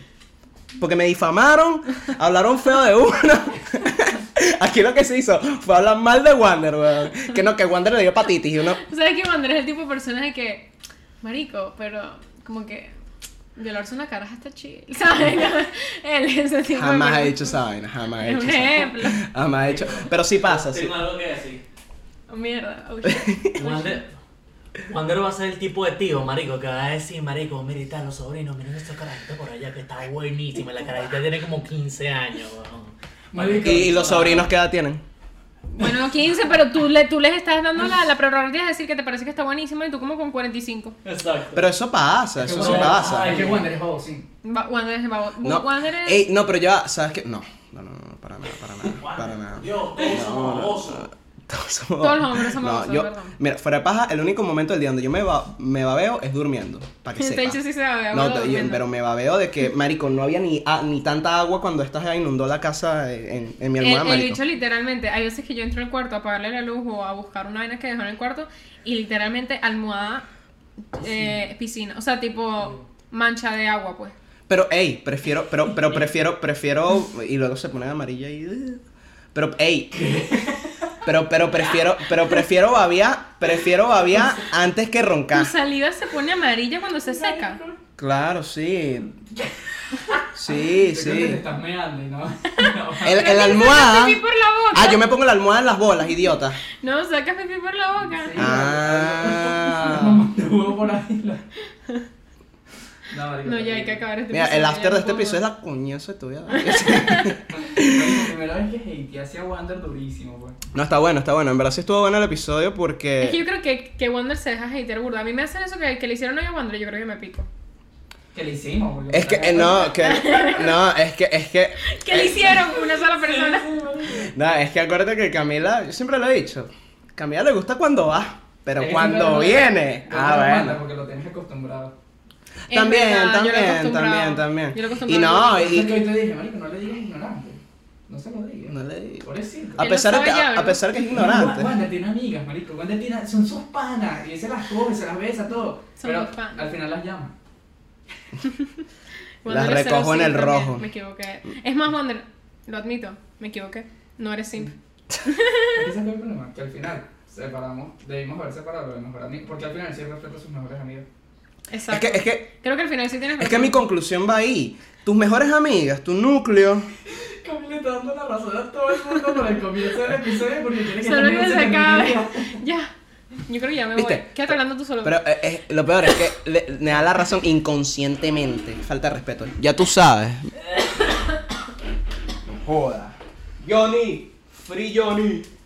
Speaker 2: Porque me difamaron, hablaron feo de uno. Aquí lo que se hizo fue hablar mal de Wander, weón. Que no, que Wander le dio patitis y uno.
Speaker 1: ¿Sabes que Wander es el tipo de personaje que. Marico, pero como que. Violarse una caraja está chill. ¿Sabes? Él es ese tipo de
Speaker 2: Jamás
Speaker 1: persona.
Speaker 2: he hecho esa vaina, jamás he hecho.
Speaker 1: Un
Speaker 2: esa vaina.
Speaker 1: ejemplo.
Speaker 2: Jamás he hecho. Pero sí pasa, sí.
Speaker 5: Tengo algo que decir.
Speaker 1: Oh, mierda. Oh, shit.
Speaker 5: Wander, Wander va a ser el tipo de tío, marico, que va a decir, marico, mira y tal, los sobrinos, miren esta carajita por allá que está buenísima. La carajita tiene como 15 años, weón.
Speaker 3: Marico,
Speaker 2: ¿Y, y los sobrinos qué edad tienen?
Speaker 1: Bueno, 15, pero tú, le, tú les estás dando la, la prerrogativa de decir que te parece que está buenísima y tú como con 45.
Speaker 5: Exacto.
Speaker 2: Pero eso pasa,
Speaker 3: Qué
Speaker 2: eso sí
Speaker 3: bueno.
Speaker 2: pasa.
Speaker 3: Ay, qué Wander es bobo, sí.
Speaker 1: Va- Wander es babo-
Speaker 2: No,
Speaker 1: Wander es.
Speaker 2: Ey, no, pero ya, ¿sabes qué? No, no, no, no, para nada, para nada, para nada.
Speaker 5: Dios, todos somos babosos.
Speaker 2: Todos somos-
Speaker 1: Todos los hombres somos
Speaker 2: No,
Speaker 1: babosos,
Speaker 2: yo,
Speaker 1: perdón.
Speaker 2: mira, fuera de paja, el único momento del día donde yo me, ba me babeo es durmiendo, para que
Speaker 1: De
Speaker 2: sepa.
Speaker 1: hecho, sí se babea,
Speaker 2: No,
Speaker 1: huevo,
Speaker 2: te- yo-
Speaker 1: durmiendo.
Speaker 2: pero me babeo de que, marico, no había ni, ah, ni tanta agua cuando esta jeva inundó la casa en, en mi
Speaker 1: El,
Speaker 2: almohada,
Speaker 1: el
Speaker 2: marico.
Speaker 1: bicho Eh, literalmente, hay veces que yo entro al cuarto a apagarle la luz o a buscar una vaina que dejó en el cuarto y literalmente almohada, eh, piscina, o sea, tipo
Speaker 2: Mm.
Speaker 1: mancha de agua, pues.
Speaker 2: Pero, ey, prefiero, pero, pero prefiero, prefiero, y luego se pone amarilla y... Pero, ey, pero, pero prefiero, pero prefiero babear, prefiero babear antes que roncar.
Speaker 1: Tu salida se pone amarilla cuando se seca.
Speaker 2: Claro, sí. Sí,
Speaker 3: Yo creo que te
Speaker 2: sí.
Speaker 3: estás meando, y ¿no? No.
Speaker 1: Pero
Speaker 2: El, el
Speaker 1: que
Speaker 2: almohada.
Speaker 1: sacas pipí por la boca.
Speaker 2: Ah, yo me pongo la almohada en las bolas, idiota.
Speaker 1: No, sacas pipí por la boca.
Speaker 2: Ah.
Speaker 3: Te jugó por ahí. la- No, marico,
Speaker 1: No, ya hay que acabar este
Speaker 2: Mira, el
Speaker 1: episodio,
Speaker 2: after
Speaker 1: ya
Speaker 2: de
Speaker 1: no
Speaker 2: este
Speaker 1: puedo
Speaker 2: episodio es
Speaker 1: más.
Speaker 2: la coñazo de tu vida.
Speaker 3: La primera vez que hateé hacia Wander durísimo, pues.
Speaker 2: No, está bueno, está bueno. En verdad sí estuvo bueno el episodio
Speaker 1: Es que yo
Speaker 2: porque.
Speaker 1: creo que, que Wander se deja hater burda. A mí me hacen eso que, que le hicieron hoy a Wander, yo creo que me pico.
Speaker 3: ¿Qué le hicimos? porque-
Speaker 2: Es que, eh, no, que. No, es que, es que.
Speaker 1: ¿Qué
Speaker 2: Eh,
Speaker 1: le hicieron una sola persona?
Speaker 2: No, es que acuérdate que Camila, yo siempre lo he dicho. Camila le gusta cuando va, pero
Speaker 3: Es que
Speaker 2: cuando
Speaker 3: no-
Speaker 2: viene.
Speaker 3: no
Speaker 2: Ah,
Speaker 3: te lo
Speaker 2: bueno.
Speaker 3: manda Porque lo tienes acostumbrado.
Speaker 1: Es
Speaker 2: También,
Speaker 1: verdad, yo lo
Speaker 2: también,
Speaker 1: acostumbraba.
Speaker 2: también, también.
Speaker 1: Yo lo
Speaker 2: Y
Speaker 1: acostumbraba.
Speaker 2: no,
Speaker 3: Y
Speaker 2: y.
Speaker 3: que hoy te dije, marico, no le digas ignorante. No se lo digas.
Speaker 2: No le digas.
Speaker 3: Pobrecito.
Speaker 2: A
Speaker 1: Él
Speaker 2: pesar,
Speaker 1: no
Speaker 2: de que,
Speaker 1: sabe ya,
Speaker 2: a- a,
Speaker 1: ¿verdad?
Speaker 2: pesar que es ignorante.
Speaker 3: Wa- Wander tiene amigas, marico. Wander tiene... Son sus panas. Y se las coge, se las besa, todo.
Speaker 1: Son
Speaker 3: Pero
Speaker 1: sus panas.
Speaker 3: al final las llama.
Speaker 1: Wander
Speaker 2: Las
Speaker 1: es
Speaker 2: recojo en el
Speaker 1: 05
Speaker 2: rojo.
Speaker 1: también, Me equivoqué. Es más, Wander, lo admito, me equivoqué. No eres simp.
Speaker 3: Ese fue el problema, que al final separamos, debimos haber separado a los mejores amigos, porque al final sí respeto a sus mejores amigos.
Speaker 2: Es
Speaker 1: Exacto.
Speaker 2: que, es que,
Speaker 1: Creo que al final sí tienes
Speaker 2: es que mi conclusión va ahí. Tus mejores amigas, tu núcleo.
Speaker 3: Camila está dando la razón a todo el mundo por el comienzo del episodio porque quiere que
Speaker 1: Solo que se acabe.
Speaker 3: termine.
Speaker 1: ya. Yo creo que ya me
Speaker 2: ¿Viste?
Speaker 1: voy. Quédate hablando tú solo.
Speaker 2: Pero eh, eh, lo peor es que le, me da la razón inconscientemente. Falta de respeto. Ya tú sabes. Joda. Johnny, free Johnny.